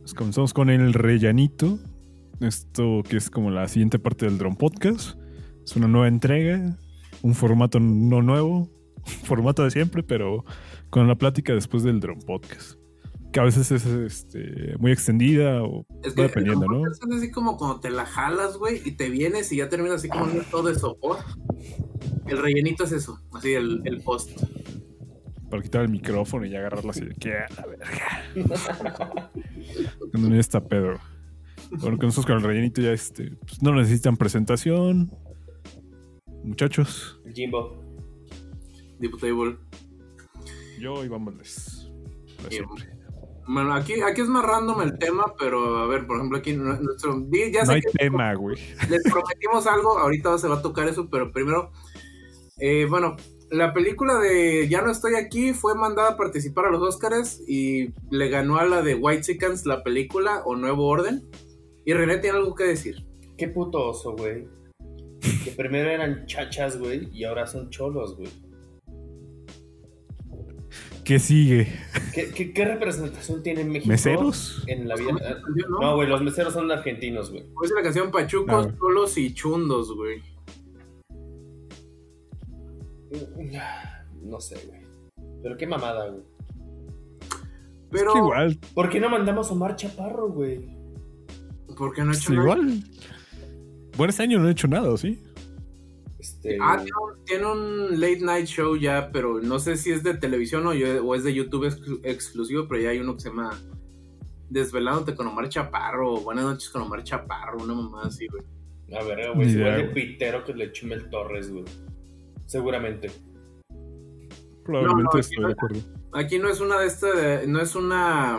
Pues comenzamos con el rellanito. Esto que es como la siguiente parte del Drone Podcast. Es una nueva entrega, un formato no nuevo, formato de siempre, pero con la plática después del Drone Podcast. Que a veces es este, muy extendida o Es que va dependiendo, el ¿no? podcast Es así como cuando te la jalas, güey, y te vienes y ya terminas así como un todo de sopor. El rellenito es eso, así el, el post. Para quitar el micrófono y agarrarla así de que a la verga. Cuando no está Pedro. Bueno, que nosotros con el rellenito ya este, pues, no necesitan presentación. Muchachos. Jimbo. Diputable. Yo, Iván Valdés. Para Iván. siempre. Bueno, aquí, aquí es más random el tema, pero a ver, por ejemplo, aquí nu- nuestro. di- Ya No sé hay que tema, güey. les prometimos algo, ahorita se va a tocar eso, pero primero, eh, bueno, la película de Ya no estoy aquí fue mandada a participar a los Oscars y le ganó a la de White Chickens la película o Nuevo Orden. Y René tiene algo que decir. Qué puto oso, güey. Que primero eran chachas, güey, y ahora son cholos, güey. ¿Qué sigue? ¿Qué, qué, qué representación tiene México? ¿Meseros? En la vida. ¿Cómo se llama, No, güey, los meseros son argentinos, güey. Pues la canción Pachucos, Ah. Cholos y Chundos, güey. No sé, güey. Pero qué mamada, güey. Pero, Es que igual, ¿Por qué no mandamos a Omar Chaparro, güey? ¿por qué no ha pues hecho nada? igual. Bueno, este año no he hecho nada, ¿o ¿sí? Este. Ah, tiene un, tiene un late night show ya, pero no sé si es de televisión o, yo- o es de YouTube exclu- exclusivo, pero ya hay uno que se llama Desvelándote con Omar Chaparro, o Buenas noches con Omar Chaparro, una mamá así, güey. A ver, güey, es Ni idea, igual de güey. pitero que le Chumel Torres, güey. Seguramente. Probablemente No, no, estoy no. de acuerdo. Aquí no es una de estas, de- no es una,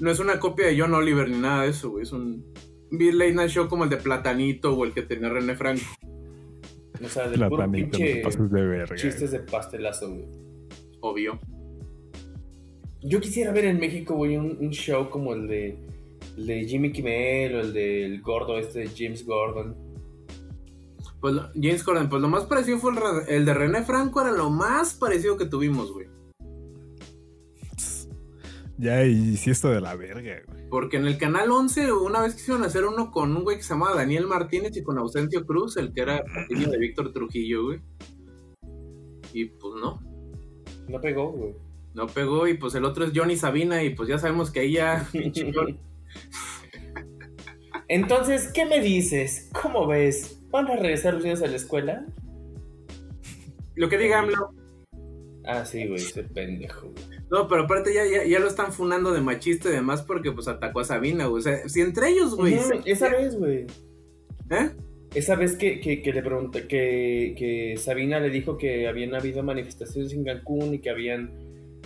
no es una copia de John Oliver ni nada de eso, güey. Es un vi late night show como el de Platanito o el que tenía René Franco. O sea, de puro Platanito, no te pinche pases de verga. chistes de pastelazo, güey. Obvio. Yo quisiera ver en México, güey, un, un show como el de, el de Jimmy Kimmel o el del gordo este, James Gordon. Pues lo- James Corden, pues lo más parecido fue el, re- el de René Franco, era lo más parecido que tuvimos, güey. Ya, y si esto de la verga, güey. Porque en el canal 11 una vez quisieron hacer uno con un güey que se llamaba Daniel Martínez y con Ausencio Cruz, el que era niño de Víctor Trujillo, güey. Y pues no, No pegó, güey. no pegó y pues el otro es Johnny Sabina y pues ya sabemos que ahí ya... pinche Johnny. Entonces, ¿qué me dices? ¿Cómo ves? ¿Van a regresar los niños a la escuela? Lo que diga AMLO. Ah, sí, güey, ese pendejo, güey. No, pero aparte ya, ya, ya lo están funando de machista y demás porque pues atacó a Sabina, güey. O sea, si entre ellos, güey... Ujú, se- Esa vez, güey. ¿Eh? Esa vez que, que, que le pregunté, que, que Sabina le dijo que habían habido manifestaciones en Cancún y que habían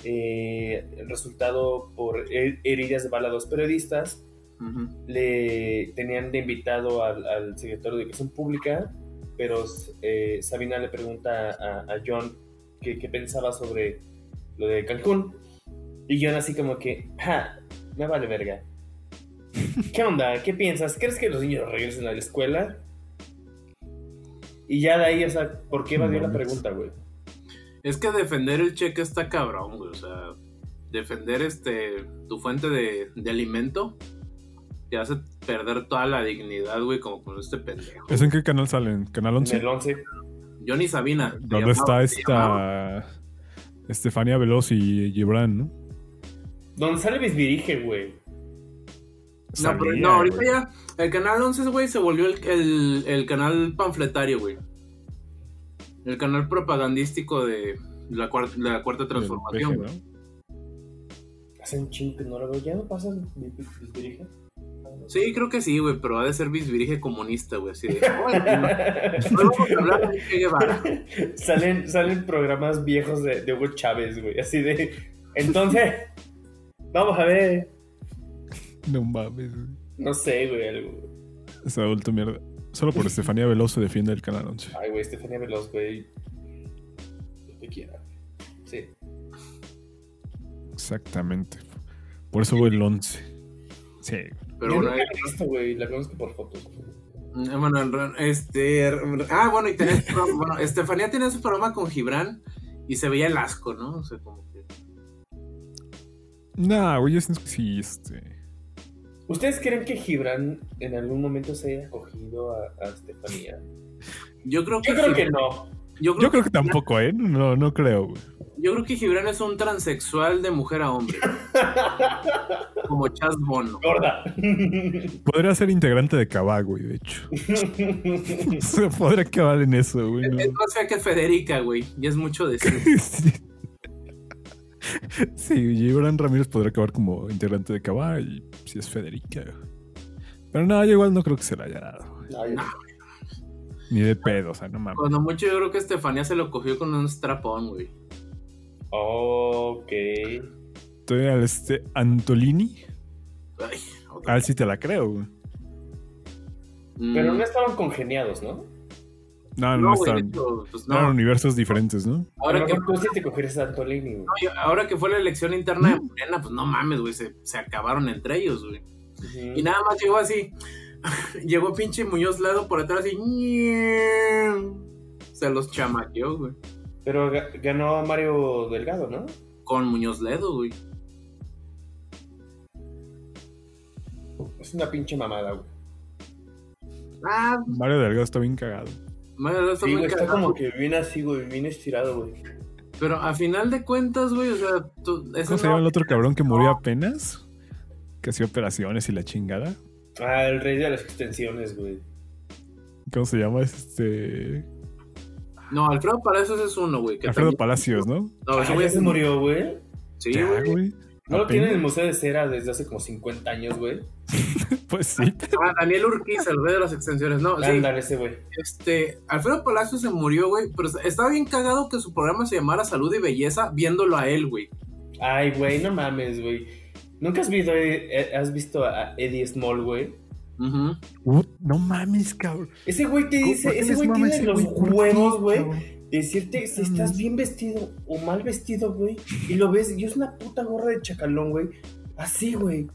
eh, resultado por he- heridas de bala a dos periodistas, Ujú. le tenían de invitado al, al secretario de Educación Pública, pero eh, Sabina le pregunta a, a John qué qué pensaba sobre lo de Cancún. Y John así como que, ja, me vale verga. ¿Qué onda? ¿Qué piensas? ¿Crees que los niños regresen a la escuela? Y ya de ahí, o sea, ¿por qué evadió No, la no. pregunta, güey? Es que defender el cheque está cabrón, güey. O sea, defender este tu fuente de, de alimento te hace perder toda la dignidad, güey, como con este pendejo. ¿Es en qué canal salen? ¿Canal En 11? el 11. Johnny Sabina. se ¿Dónde llamaba- está se llamaba. esta Estefania Veloz y Gibran, no? Donde sale Bisbirige, güey. No, pero- Salía, no, ahorita güey. ya. El canal 11, güey, se volvió el, el- el canal panfletario, güey. El canal propagandístico de la, cuar- la cuarta Del transformación. PG, güey. ¿no? Hace un chingo que no lo veo. ¿Ya no pasa Bis- Bisbirige? Sí, creo que sí, güey, pero ha de ser bisbirige comunista, güey, así de. "Hoy vamos a hablar de Che Guevara". salen, salen programas viejos de, de Hugo Chávez, güey. Así de. Entonces, vamos a ver. No mames, güey. No sé, güey, algo. Es adulto mierda. Solo por Estefanía Veloz se defiende el canal 11. Ay, güey, Estefania Veloz, güey. Lo que quiera. Sí. Exactamente. Por eso voy el 11. Sí. Pero Yo bueno, nunca ahí- la he visto, güey. La conozco por fotos. Eh, Bueno, el ron- este. r- Ah, bueno, y tenía su programa- bueno, Estefanía tenía su programa con Gibran y se veía el asco, ¿no? O sea, como que. Nah, güey, yo siento que sí, este. ¿Ustedes creen que Gibran en algún momento se haya cogido a, a Estefanía? Yo creo que, Yo creo que Gibran- no. yo creo Yo creo que tampoco, ¿eh? No, no creo, güey. Yo creo que Gibran es un transexual de mujer a hombre. Como Chas Bono. Gorda. Podría ser integrante de Cabá, güey, de hecho. Se podría acabar en eso, güey. ¿no? Es más fea que Federica, güey. Y es mucho decir. sí. Sí, Gibran Ramírez podría acabar como integrante de Cabá y si es Federica. güey. Pero no, yo igual no creo que se la haya dado. güey. Ay, Ni de pedo, o sea, no mames. Cuando mucho yo creo que Estefanía se lo cogió con un strapón, güey. ok. Estoy al este Antolini. Ay, ok. A ver si te la creo, güey. Mm, Pero no estaban congeniados, ¿no? No, no, no, güey, están. de hecho, pues no. Eran universos diferentes, ¿no? Ahora, que, tú sí te cogieras a Antolini, güey. no, ahora que fue la elección interna de Morena, pues no mames, güey. Se, se acabaron entre ellos, güey. Ujú. Y nada más llegó así. llegó pinche Muñoz Lado por atrás y. Se los chamaqueó, güey. Pero ga- ganó Mario Delgado, ¿no? Con Muñoz Ledo, güey. Es una pinche mamada, güey. Ah, Mario Delgado está bien cagado. Mario Delgado está Sí, muy güey, está cagado. como que bien así, güey, bien estirado, güey. Pero a final de cuentas, güey, o sea, tú, ese ¿Cómo se no- llama el otro cabrón que murió apenas? Que hacía operaciones y la chingada. Ah, el rey de las extensiones, güey. ¿Cómo se llama? Es Este. No, Alfredo Palacios es uno, güey. que Alfredo también- Palacios, ¿no? No, Ah, ese ya güey se es- murió, güey. Sí, Ya, güey. güey. No lo Apenas. tienen en el Museo de Cera desde hace como 50 años, güey. Pues sí. Ah, Daniel Urquiza, el rey de las extensiones. No, Ah, sí, Ándale ese, güey. este, Alfredo Palacios se murió, güey, pero estaba bien cagado que su programa se llamara Salud y Belleza viéndolo a él, güey. Ay, güey, no mames, güey. ¿Nunca has visto, eh, has visto a Eddie Small, güey? Ujú. Pues Uh, no mames, cabrón. Ese güey te ¿Por qué dice, ese les güey mama tiene ese los güey? ¿Por qué, huevos, güey, cabrón? de decirte si estás bien vestido o mal vestido, güey, y lo ves, y es una puta gorra de chacalón, güey. Así, güey.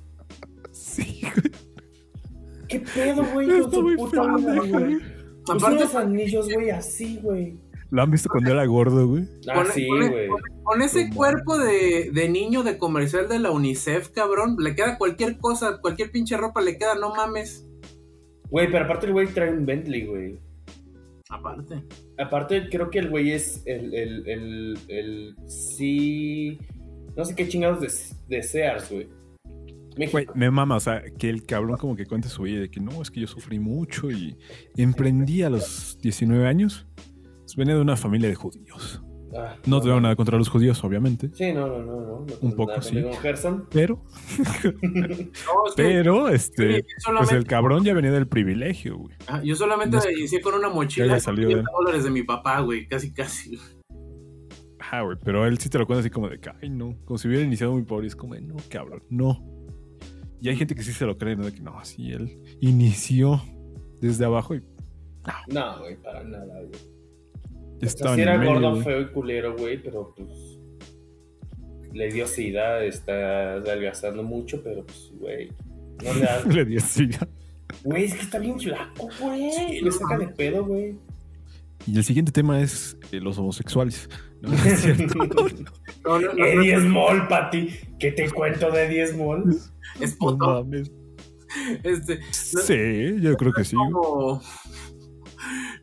Sí, güey. ¿Qué pedo, güey? Con Está su muy puta feo, madre, güey. güey. Pues Aparte, unos anillos, güey, así, güey. Lo han visto cuando era gordo, güey. Ah, Ponle- sí, ponle- güey. con ese Como- cuerpo de, de niño de comercial de la UNICEF, cabrón, le queda cualquier cosa, cualquier pinche ropa le queda, no mames. Güey, pero aparte el güey trae un Bentley, güey. Aparte. Aparte, creo que el güey es el, el, el, el sí. No sé qué chingados de, de Sears, güey. México. Güey, me mama, o sea, que el cabrón como que cuente su vida de que no, es que yo sufrí mucho y emprendí a los 19 años. Pues Venía de una familia de judíos. Ah, No tengo nada contra los judíos, obviamente. Sí, no, no, no, no. no Un poco, nada, sí. Con Gerson. Pero, No, es que- pero, Sí, este, yo pues solamente, el cabrón ya venía del privilegio, güey. ah, yo solamente no sé. inicié con una mochila Ya de le salió, ¿eh? dólares de mi papá, güey, casi, casi. Ajá, güey, pero él sí te lo cuenta así como de que, ay, no, como si hubiera iniciado muy pobre. Es como, de, no, cabrón, no. Y hay gente que sí se lo cree, ¿no? De que no, así él inició desde abajo y No, güey, para nada, güey. ya O sea, estaba sí en el era medio, gordo, güey. feo y culero, güey, pero pues. Le dio sida, está adelgazando mucho, pero pues, güey. No le da. Le di así, ya. Güey, es que está bien flaco, güey. Sí, le no saca de pedo, güey. Y el siguiente tema es eh, los homosexuales. No, no es cierto. No, no, no, no, Eddie Small, Pati. ¿Qué te cuento de Eddie Small? es No puto. mames. Este, Sí, yo creo que sí. güey. como...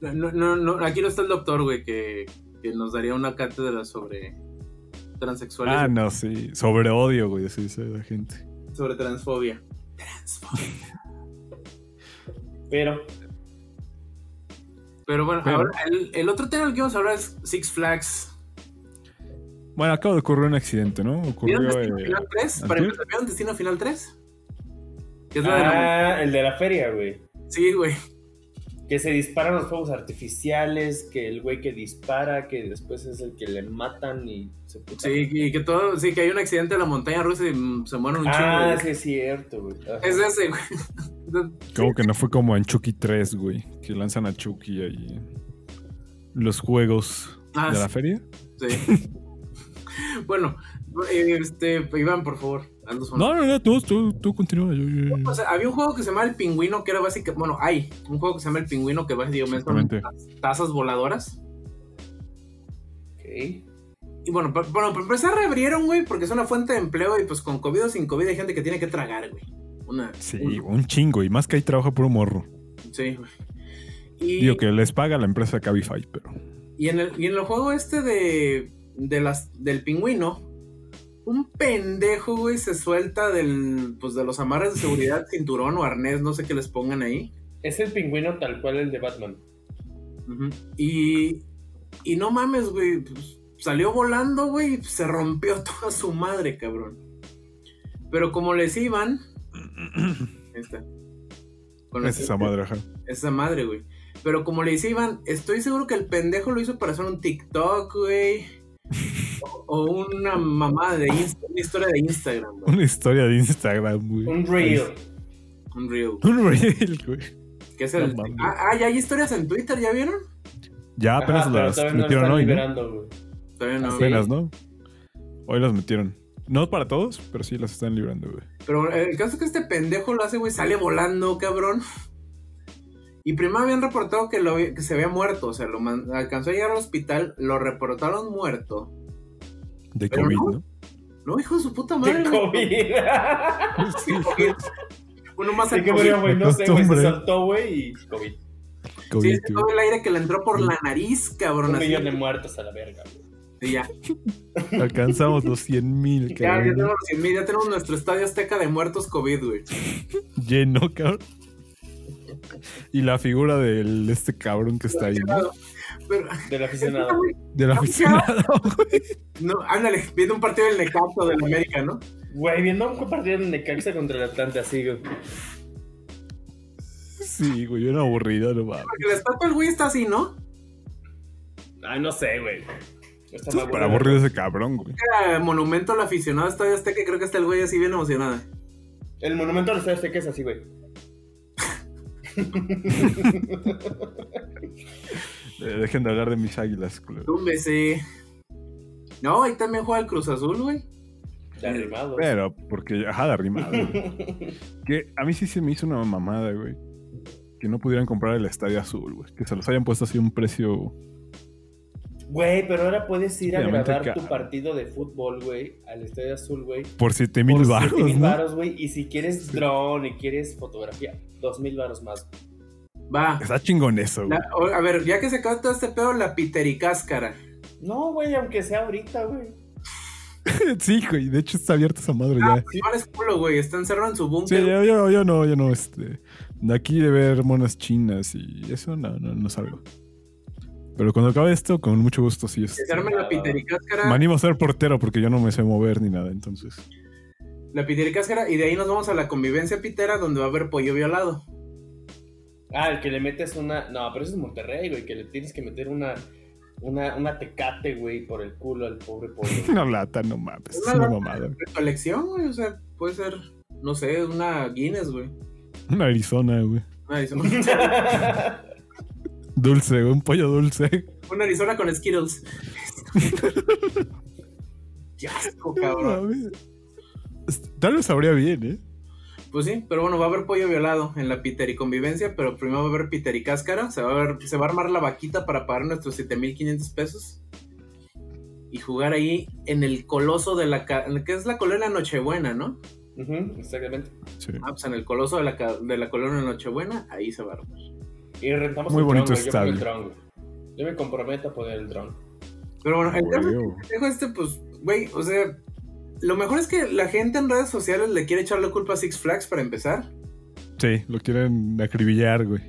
No, no, no, aquí no está el doctor, güey, que, que nos daría una cátedra sobre transexuales, Ah, no, sí. Sobre odio, güey, así dice la gente. sobre transfobia. Transfobia. Pero, Pero bueno, Pero- ahora el, el otro tema del que vamos a hablar es Six Flags. Bueno, acaba de ocurrir un accidente, ¿no? Ocurrió. ¿Vieron Destino eh, Final 3? Para ¿antier? empezar, ¿vieron Destino Final 3? Que es la de la... ah, el de la feria, güey. Sí, güey. Que se disparan los fuegos artificiales, que el güey que dispara, que después es el que le matan y se puta. Sí, y que todo, sí, que hay un accidente en la montaña rusa y mm, se mueren un chingo. Ah, güey. sí es cierto, güey. Ajá. Es ese, güey. Como que no fue como en Chucky 3, güey. Que lanzan a Chucky ahí. en Los juegos Ah, de la feria. sí. bueno, eh, este, Iván, por favor, haznos un- No, no, no, tú, tú, tú continúa. Yo, yo- yo- O sea, había un juego que se llama El Pingüino, que era básicamente. Bueno, hay un juego que se llama El Pingüino, que básicamente son Exactamente. tazas voladoras. Ok. Y bueno, pa- bueno, para empezar reabrieron, güey, porque es una fuente de empleo y pues con COVID o sin COVID hay gente que tiene que tragar, güey. Una, Sí, un chingo. Y más que ahí trabaja puro morro. Sí, güey. Y, Digo que les paga la empresa Cabify, pero. y en el, y en el juego este de, de las, del pingüino, un pendejo, güey, se suelta del, pues, de los amarres de seguridad, cinturón o arnés, no sé qué les pongan ahí. Es el pingüino tal cual el de Batman. Ujú. y, y no mames, güey, pues, salió volando, güey, y se rompió toda su madre, cabrón. Pero como les iban... Ahí está. Con Es la- esa madre, ajá. Esa madre, güey. Pero como le dice Iván, estoy seguro que el pendejo lo hizo para hacer un TikTok, güey. O, o una mamada de Insta- una historia de Instagram, güey. Una historia de Instagram, güey. Un reel. Un reel. Un reel, güey. Que es el. No mames. Ah, ah, ya hay historias en Twitter, ¿ya vieron? Ya Ajá, Ah, apenas pero las todavía no lo metieron están hoy, ¿no? liberando, güey. Todavía Ah, no. güey. Apenas, ¿no? Hoy las metieron. No para todos, pero sí las están librando, güey. Pero el caso es que este pendejo lo hace, güey, sale volando, cabrón. Y primero habían reportado que, lo, había- que se había muerto, o sea, lo man- alcanzó a llegar al hospital, lo reportaron muerto. De Pero COVID, no. ¿no? No, hijo de su puta De madre. güey. COVID. Sí. Uno más ¿De al qué COVID. murió, güey? No sé, güey. Se Costumbre. saltó, güey, y COVID. Sí, COVID, es todo el aire que le entró por la nariz, cabrón. Un así. millón de muertos a la verga, güey. Sí, ya. güey. Alcanzamos los 100 mil, Ya, ya cabrón. tenemos, los 100,000, ya tenemos nuestro estadio azteca de muertos COVID, güey. Lleno, cabrón. Y la figura del este cabrón que está ahí, ¿no? Pero, Del aficionado. Del aficionado. no, ándale, viendo un partido del Necaxa del América, ¿no? Güey, viendo un partido de Necaxa contra el Atlante así, güey. Sí, güey, una aburrida, no mames. Porque la estatua del güey está así, ¿no? Ay, no sé, güey. Está Esto es más para bueno. aburrir ese cabrón, güey. Era monumento al aficionado estadio azteca, creo que está el güey así bien emocionado. El monumento al Estadio Azteca es así, güey. Eh, Dejen de hablar de mis águilas, culero. Túmbese. No, ahí también juega el Cruz Azul, güey. De arrimado. Pero, porque, ajá, de arrimado. güey. que a mí sí se me hizo una mamada, güey. Que no pudieran comprar el Estadio Azul, güey. Que se los hayan puesto así un precio. Güey, pero ahora puedes ir a Obviamente ca- grabar tu partido de fútbol, güey, al Estadio Azul, güey. Por 7 mil por baros, 7,000 ¿no? varos, güey. Y si quieres drone y quieres fotografía, dos mil baros más. Va. Está chingón eso, güey. La- o- a ver, ya que se acaba todo este pedo, la pitericáscara. No, güey, aunque sea ahorita, güey. sí, güey. De hecho, está abierta esa madre ya. No les culo, güey. Está encerrado en su Sí, búnker. yo, yo, yo no, yo no, este. De aquí de ver monas chinas y eso, no, no, no salgo. Pero cuando acabe esto, con mucho gusto, sí. Que Este, se arme la pitericáscara. me animo a ser portero porque yo no me sé mover ni nada, entonces. La pitericáscara. Y de ahí nos vamos a la convivencia pitera donde va a haber pollo violado. Ah, el que le metes una. No, pero eso es Monterrey, güey, que le tienes que meter una. Una, una tecate, güey, por el culo al pobre pollo. Una lata, no mames. Es Una una lata. mamada. güey. Recolección, güey. O sea, puede ser, no sé, una Guinness, güey. Una Arizona, güey. Una Arizona, Dulce, güey, un pollo dulce. una Arizona con Skittles. Qué asco, cabrón. Mames. Tal vez sabría bien, ¿eh? Pues sí, pero bueno, va a haber pollo violado en la piteri-convivencia, pero primero va a haber pitericáscara, se va a ver, se va a armar la vaquita para pagar nuestros 7500 pesos y jugar ahí en el coloso de la ca- que es la colonia Nochebuena, ¿no? Ujú, exactamente. Sí. Ah, pues en el coloso de la, ca- de la colonia Nochebuena, ahí se va a armar. Y rentamos Muy un bonito dron, güey, yo pongo estadio. el dron, güey. Yo me comprometo a poner el dron. Pero bueno, el tema Güey, que dejo este, pues, güey, o sea, lo mejor es que la gente en redes sociales le quiere echar la culpa a Six Flags para empezar. Sí, lo quieren acribillar, güey.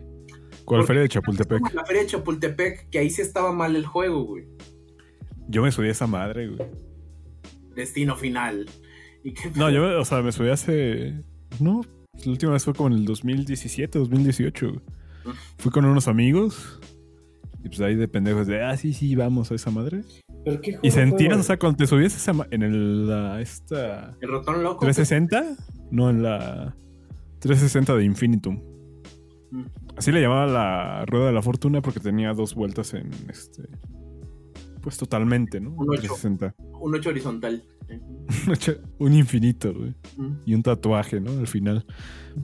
Con la feria de Chapultepec. Como La feria de Chapultepec, que ahí sí estaba mal el juego, güey. Yo me subí a esa madre, güey. Destino final. Y que, No, yo, me- o sea, me subí hace. No, la última vez fue como en el 2017, 2018. güey. Fui con unos amigos. Y pues ahí de pendejos de, ah, sí, sí, vamos a esa madre. ¿Pero qué juego Y sentías, fue, o sea, cuando te subías esa ma- en el, la, esta. El ratón loco. 360? No, en la 360 de Infinitum. Mm. Así le llamaba la rueda de la fortuna porque tenía dos vueltas en este. Pues totalmente, ¿no? Un ocho. 360. Un ocho horizontal. Un ocho- un infinito, güey. Mm. Y un tatuaje, ¿no? Al final.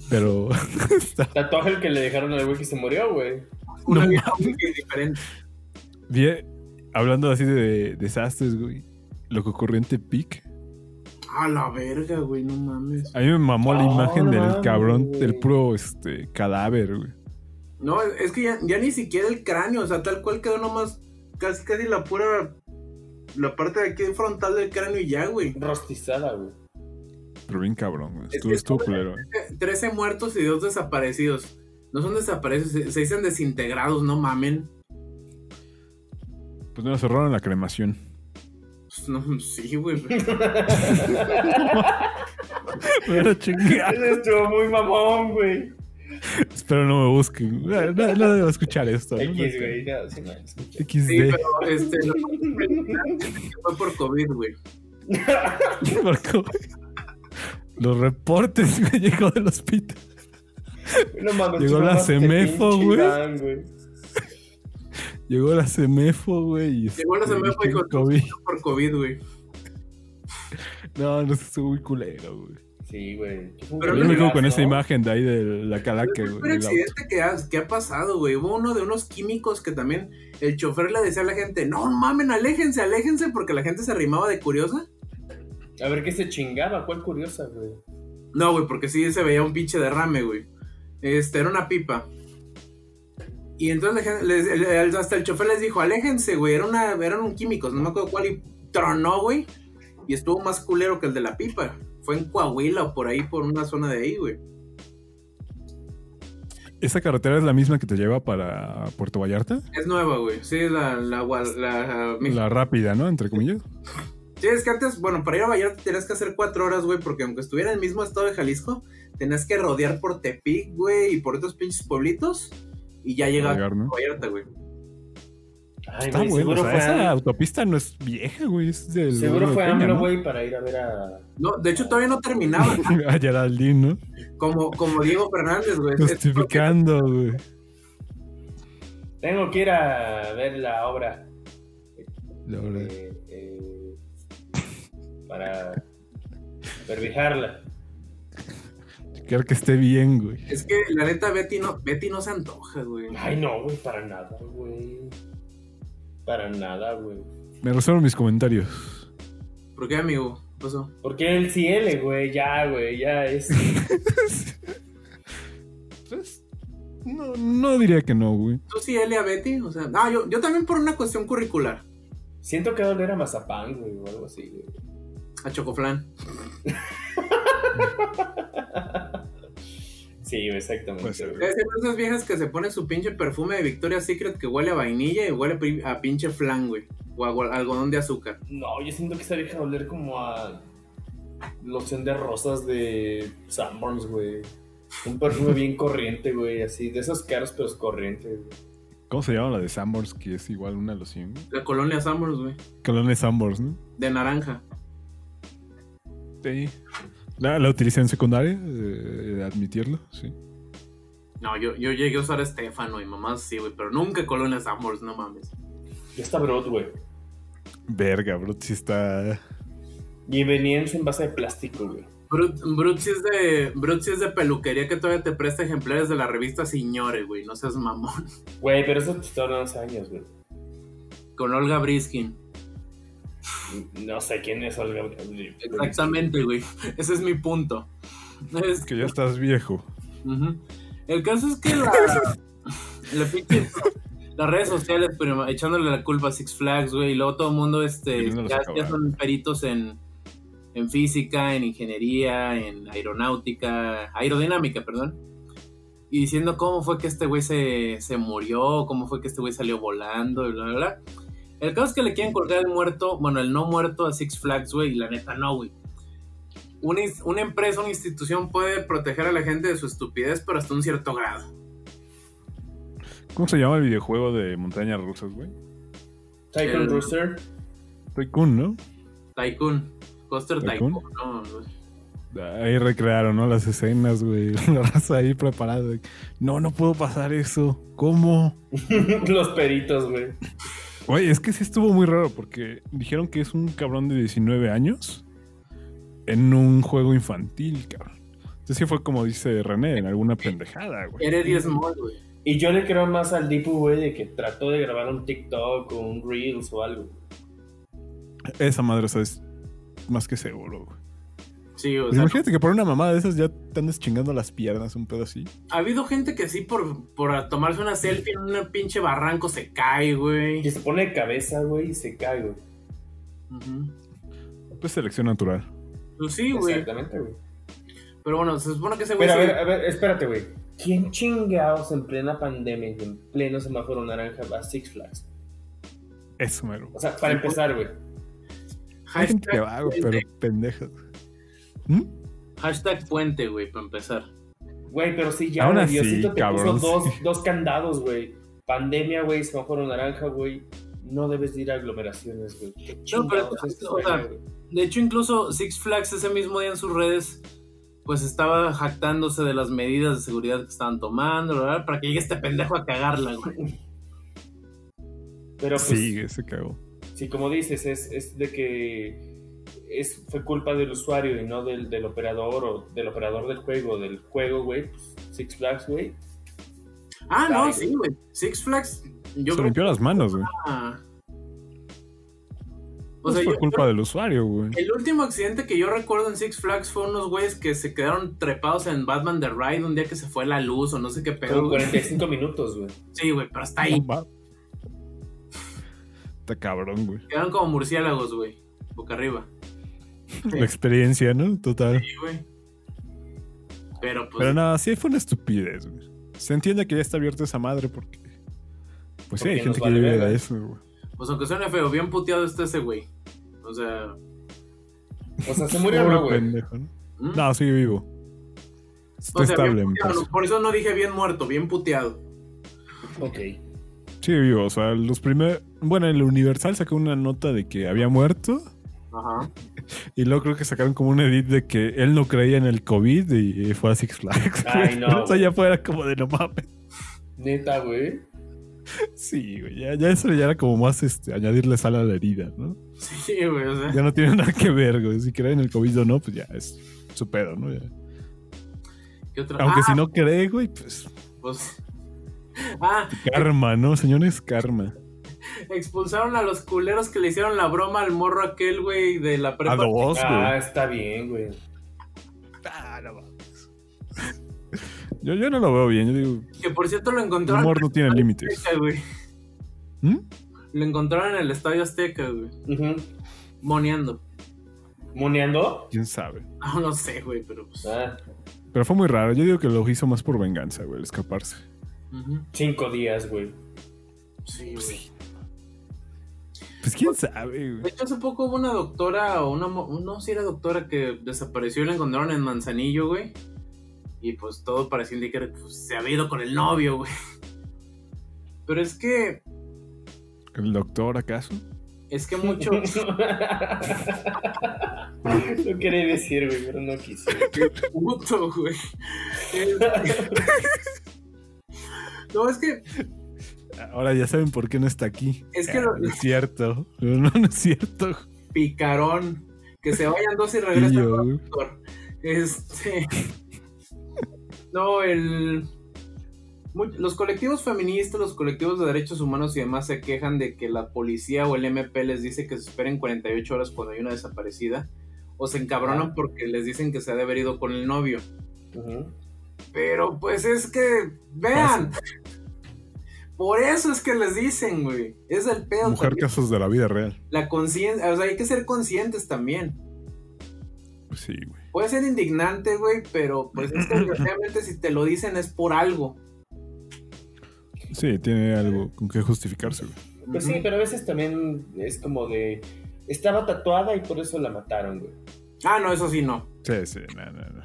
Pero. está- güey? Tatuaje el que le dejaron al güey que se murió, güey. Una No vieja muy diferente. bien- Hablando así de desastres, güey. lo que ocurrió en Tepic. A la verga, güey, no mames. A mí me mamó la Ah, imagen no del mames, cabrón, güey. del puro este, cadáver, güey. No, es que ya, ya ni siquiera el cráneo, o sea, tal cual quedó nomás casi casi la pura. La parte de aquí frontal del cráneo y ya, güey. Rostizada, güey. Pero bien cabrón, güey. que ¿eh? Estuvo, estuvo es- culero, güey. 13 muertos y 2 desaparecidos. No son desaparecidos, se, se dicen desintegrados, no mamen. Pues nos cerraron la cremación. Pues, no, sí, güey. Pero chingada. Eso estuvo muy mamón, güey. Espero no me busquen. No, no, no debo escuchar esto. ¿no? X, güey. ya, sí, no, escuché. XD. Sí, pero este, lo que fue por COVID, güey. Marcó. Los reportes, güey, llegó del hospital. No mames, Llegó tú la mamaste Semefo, pinche güey. Iván, güey. Llegó la Semefo, güey. y Llegó la este, Semefo y el con- COVID. Por COVID, güey. No, no estuvo muy culero, güey. Sí, güey. Pero Pero no yo me quedo con ¿no? esa imagen de ahí de la calaca, Es el güey. peor del auto. accidente que ha, que ha pasado, güey. Hubo uno de unos químicos que también el chofer le decía a la gente, no mamen, aléjense, aléjense, porque la gente se arrimaba de curiosa. A ver qué se chingaba, cuál curiosa, güey. No, güey, porque sí se veía un pinche derrame, güey. Este, era una pipa. Y entonces la gente- les- el- el- hasta el chofer les dijo, aléjense, güey. Era una, eran un químicos, no me acuerdo cuál, y tronó, güey. Y estuvo más culero que el de la pipa. Fue en Coahuila o por ahí, por una zona de ahí, güey. ¿Esa carretera es la misma que te lleva para Puerto Vallarta? Es nueva, güey. Sí, la, la, Gua- la, La rápida, ¿no? Entre comillas. Sí, es que antes, bueno, para ir a Vallarta tenías que hacer cuatro horas, güey, porque aunque estuviera en el mismo estado de Jalisco, tenías que rodear por Tepic, güey, y por otros pinches pueblitos, y ya Para llegabas llegar, a ¿no? Vallarta, güey. Ay, Está güey, bueno. O seguro sea, fue, esa Am- autopista no es vieja, güey. Es del. seguro de fue Peña, AMLO, ¿no? güey, Ah, para ir a ver a... No, de hecho todavía no terminaba, A Geraldine, ¿no? como, como Diego Fernández, güey. Justificando, güey. Tengo que ir a ver la obra. La verdad. eh, eh, para verbijarla. Quiero que esté bien, güey. Es que la neta Betty no, Betty no se antoja, güey. Ay, no, güey, para nada, güey. Para nada, güey. Me resuelvo mis comentarios. ¿Por qué, amigo? ¿Qué pasó? Porque el cielo, güey, ya, güey, ya es. Pues, no, no diría que no, güey. ¿Tú sí L a Betty? O sea, ah, yo, yo también por una cuestión curricular, Siento que va a oler a mazapán, güey, o algo así, güey. a Chocoflan. Sí, güey, exactamente. Pues, güey. Es de esas viejas que se ponen su pinche perfume de Victoria's Secret que huele a vainilla y huele a pi- a pinche flan, güey. O a gol- algodón de azúcar. No, yo siento que esa vieja va a oler como a loción de rosas de Sanborns, güey. Un perfume bien corriente, güey, así, de esos caros pero es corriente, güey. ¿Cómo se llama la de Sambors? Que es igual una loción. güey? La colonia Summers, güey. Colonia Sambors, ¿no? De naranja. Sí. La, la utilicé en secundaria, eh, admitirlo, sí. No, yo, yo llegué a usar Estefano y mamá sí, güey. Pero nunca colonia Summers, no mames. Ya está Broadway. Verga, bro, sí está. Y venían en base de plástico, güey. Brut, Brut sí es de, Brut sí es de peluquería que todavía te presta ejemplares de la revista Signore, güey. No seas mamón. Güey, pero eso te está hablando hace años, güey. Con Olga Briskin. No sé quién es Olga. Exactamente, güey. Ese es mi punto. Es- Que ya estás viejo. ujú. El caso es que la, la pinche- las redes sociales, pero echándole la culpa a Six Flags, güey, y luego todo el mundo este, Queriéndolos ya, acabar. ya son peritos en, en física, en ingeniería, en aeronáutica, aerodinámica, perdón. Y diciendo cómo fue que este güey se, se murió, cómo fue que este güey salió volando, y bla, bla, bla. El caso es que le quieren colgar el muerto, bueno, el no muerto a Six Flags, güey, y la neta no, güey. Una, ins- una empresa, una institución puede proteger a la gente de su estupidez, pero hasta un cierto grado. ¿Cómo se llama el videojuego de montañas rusas, güey? Tycoon El- Rooster. Tycoon, ¿no? Tycoon. Coaster ¿Tycoon? Tycoon. No, güey. Ahí recrearon, ¿no? Las escenas, güey. La raza ahí preparada. güey. No, no puedo pasar eso. ¿Cómo? Los peritos, güey. Güey, es que sí estuvo muy raro porque dijeron que es un cabrón de 19 años en un juego infantil, cabrón. Entonces sí fue como dice René, en alguna pendejada, güey. Eres 10 Small, güey. Y yo le creo más al Dipu, güey, de que trató de grabar un TikTok o un Reels o algo. Esa madre, o sea, es más que seguro, güey. Sí, o Pues sea, imagínate que por una mamada de esas ya te andes chingando las piernas, un pedo así. ha habido gente que sí por, por tomarse una selfie en un pinche barranco se cae, güey. Y se pone de cabeza, güey, y se cae, güey. Ujú. Pues selección natural. Pues sí, güey. Exactamente, güey. Pero bueno, se supone que ese güey Pero a sí- ver, a ver, espérate, güey. ¿Quién chingados en plena pandemia y en pleno semáforo naranja va a Six Flags? Eso, mero. O sea, para empezar, güey. Hay gente que hashtag, va, güey, puente. pero pendejas. ¿Mm? hashtag puente, güey, para empezar. Güey, pero sí, ya, Aún güey, así, Diosito te cabrón, puso dos, dos candados, güey. Pandemia, güey, semáforo naranja, güey. No debes de ir a aglomeraciones, güey. ¿Qué chingados pero- es, o güey, sea, güey? De hecho, incluso Six Flags ese mismo día en sus redes, pues estaba jactándose de las medidas de seguridad que estaban tomando, ¿verdad? Para que llegue este pendejo a cagarla, güey. Pero pues, Sí, güey, se cagó. Sí, como dices, es, es de que es, fue culpa del usuario y no del, del operador o del operador del juego, del juego, güey. pues, Six Flags, güey. Ah, no, Ay, sí, güey. Six Flags, yo Se creo que. limpió las manos, güey. ah. O No sea, fue yo- culpa del usuario, güey. el último accidente que yo recuerdo en Six Flags fue unos güeyes que se quedaron trepados en Batman The Ride un día que se fue la luz o no sé qué pedo. Fueron güey. 45 minutos, güey. Sí, güey, pero hasta ahí. No va. Está cabrón, güey. Quedaron como murciélagos, güey. Boca arriba. La experiencia, ¿no? Total. Sí, güey. Pero pues. Pero nada, sí fue una estupidez, güey. Se entiende que ya está abierta esa madre porque. Pues sí, hay Porque gente nos que vale vive verga. de eso, güey. Pues aunque suene feo, bien puteado está ese güey. O sea. O sea, se murió, Pobre no, güey. pendejo, ¿no? ¿Mm? No, sigue vivo. Está O sea, bien estable, me puteado, parece. por eso no dije bien muerto, bien puteado. Ok. Sigue vivo, o sea, los primeros. Bueno, el Universal sacó una nota de que había muerto. Ajá. Y luego creo que sacaron como un edit de que él no creía en el COVID y fue a Six Flags. Ay, no, Pero Eso güey. ya fuera como de no mames. Neta, güey. Sí, güey. Ya, ya eso ya era como más este, añadirle sal a la herida, ¿no? Sí, güey, o sea. Ya no tiene nada que ver, güey. Si cree en el COVID o no, pues ya es su pedo, ¿no? Ya. ¿Qué otra? Aunque ah, si no cree, güey, pues pues. Ah, karma, ¿no? Señores, karma. expulsaron a los culeros que le hicieron la broma al morro aquel, güey, de la A prepa. dos, Pues, güey. Ah, está bien, güey. Yo, yo no lo veo bien. Yo digo, Que por cierto lo el encontraron. humor no tiene límites. Azteca, güey. ¿Mm? Lo encontraron en el Estadio Azteca, güey. Ujú. Moneando. ¿Moneando? ¿Quién sabe? Ah, no sé, güey, pero pues. Ah, Pero fue muy raro. Yo digo que lo hizo más por venganza, güey, el escaparse. ujú. cinco días, güey. Sí, Pues güey. sí. Pues quién sabe, De güey. hecho, hace poco hubo una doctora, o una. mo- No, si era doctora que desapareció y la encontraron en Manzanillo, güey. Y pues todo parecía indicar que pues, se había ido con el novio, güey. Pero es que. ¿El doctor acaso? Es que mucho. Lo quería decir, güey, pero no quise. puto, güey. Es- No, es que. Ahora ya saben por qué no está aquí. Es que Ah, lo- no es cierto. No, no es cierto. Picarón. Que se vayan dos y Y regresen. yo, güey. Este. No, el. mu- Los colectivos feministas, los colectivos de derechos humanos y demás se quejan de que la policía o el MP les dice que se esperen 48 horas cuando hay una desaparecida. O se Ah. encabronan porque les dicen que se ha de haber ido con el novio. Ujú. Pero pues es que. Vean. Por eso es que les dicen, güey. Es el pedo. mujer también. casos de la vida real. La conciencia. O sea, hay que ser conscientes también. Pues sí, güey. Puede ser indignante, güey, pero pues es que desgraciadamente si te lo dicen es por algo. Sí, tiene algo con qué justificarse, güey. Pues Ujú. sí, pero a veces también es como de. Estaba tatuada y por eso la mataron, güey. Ah, no, eso sí no. Sí, sí, no, no, no.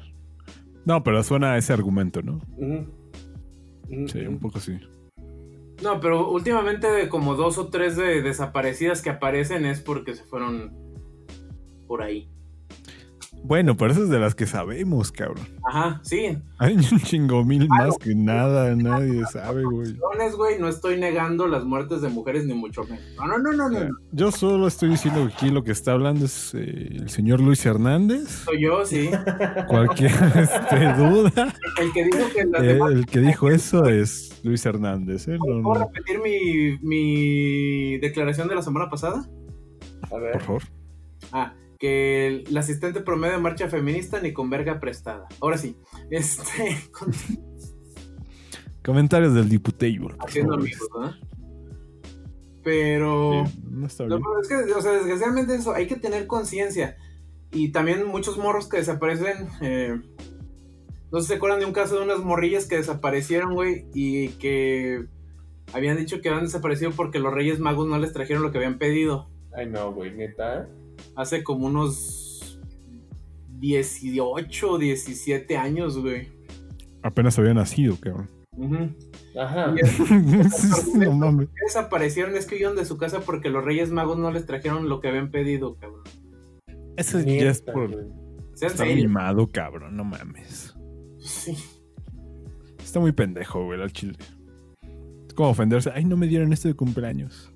No, pero suena a ese argumento, ¿no? Ujú. Ujú. Sí, un poco sí. No, pero últimamente de como dos o tres de desaparecidas que aparecen es porque se fueron por ahí. Bueno, pero eso es de las que sabemos, cabrón. Ajá, sí. Hay un chingo mil más que nada, nadie sabe, güey. Dones, güey, no estoy negando las muertes de mujeres ni mucho menos. No, no, no, no, no. no. Yo solo estoy diciendo que aquí lo que está hablando es eh, el señor Luis Hernández. Soy yo, sí. Cualquier este, duda, El que dijo que las eh, demás... el que dijo eso es Luis Hernández. ¿eh? No, no, ¿Puedo repetir mi, mi declaración de la semana pasada? A por ver. favor. Ah, que el- la asistente promedio de marcha feminista ni con verga prestada. Ahora sí, este, con- Comentarios del Diputable. por haciendo favor. amigos, ¿verdad? Pero... Sí, no está Lo bien. peor es que, o sea, desgraciadamente eso, hay que tener conciencia. Y también muchos morros que desaparecen. eh, no sé si se acuerdan de un caso de unas morrillas que desaparecieron, güey, y que habían dicho que habían desaparecido porque los Reyes Magos no les trajeron lo que habían pedido. Ay, no, güey, neta. Hace como unos 18 o 17 años, güey. Apenas había nacido, cabrón. Ujú. Ajá. Y es- no mames. desaparecieron es que huyeron de su casa porque los Reyes Magos no les trajeron lo que habían pedido, cabrón. Eso ya Neta, es por güey. Sean estar serios. mimado, cabrón. No mames. Sí. Está muy pendejo, güey, al chile. Es como ofenderse. Ay, no me dieron este de cumpleaños.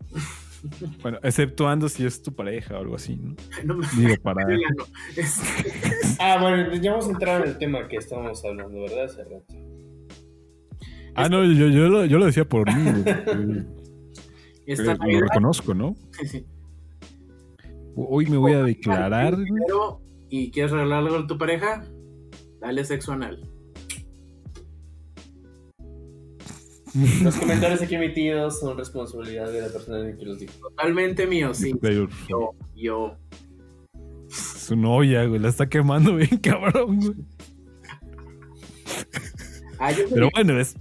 bueno, exceptuando si es tu pareja o algo así, ¿no? No me- Digo, para. ya no. Este, Ah, bueno, ya vamos a entrar en el tema que estábamos hablando, ¿verdad? Hace rato. Ah, no, yo, yo, lo, yo lo decía por mí. güey. esta lo Navidad, reconozco, ¿no? sí. Hoy me voy a declarar. Pero, y quieres regalar algo a tu pareja, dale sexo anal. Los comentarios aquí emitidos son responsabilidad de la persona que los dijo. Totalmente mío, sí. Taylor. Yo, yo. Su novia, güey, la está quemando bien, cabrón, güey. Ah, yo, me- Pero bueno, es.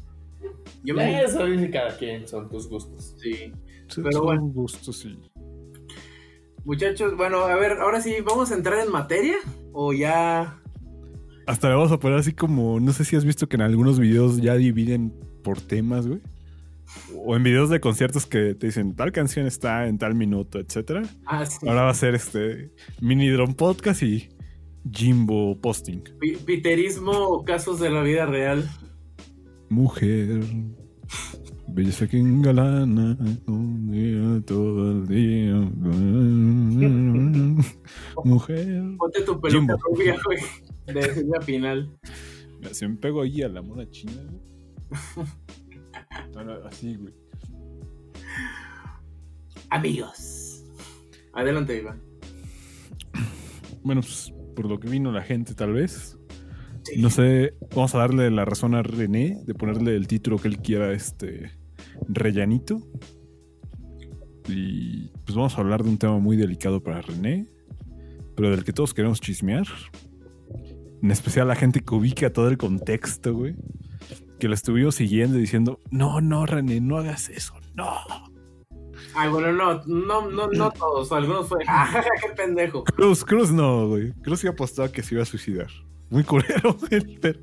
yo me- Eso dice cada quien, son tus gustos. sí. Pero Pero bueno. gusto, sí. Muchachos, bueno, a ver, ahora sí, ¿vamos a entrar en materia? ¿O ya? Hasta le vamos a poner así como. No sé si has visto que en algunos videos ya dividen por temas, güey. O en videos de conciertos que te dicen tal canción está en tal minuto, etcétera. Ah, sí. Ahora va a ser este mini drone podcast y Jimbo posting. Pi- Piterismo o casos de la vida real. Mujer, belleza que engalana, un día todo el día. Mujer. Ponte tu peluca Jimbo. rubia, güey. De la final. Se me pego ahí a la mona china, güey. Ahora, Así, güey. Amigos. Adelante, Iván. Bueno, pues, por lo que vino la gente, tal vez. Sí. No sé, vamos a darle la razón a René de ponerle el título que él quiera a este rellanito. Y pues vamos a hablar de un tema muy delicado para René, pero del que todos queremos chismear. En especial la gente que ubica todo el contexto, güey. Que lo estuvimos siguiendo y diciendo, no, no, René, no hagas eso, no. Ay, Ah, bueno, no, no, no, no todos. Algunos fue. ¡Ah, qué pendejo! Cruz, Cruz no, güey. Cruz sí apostaba que se iba a suicidar. Muy culero, güey. pero-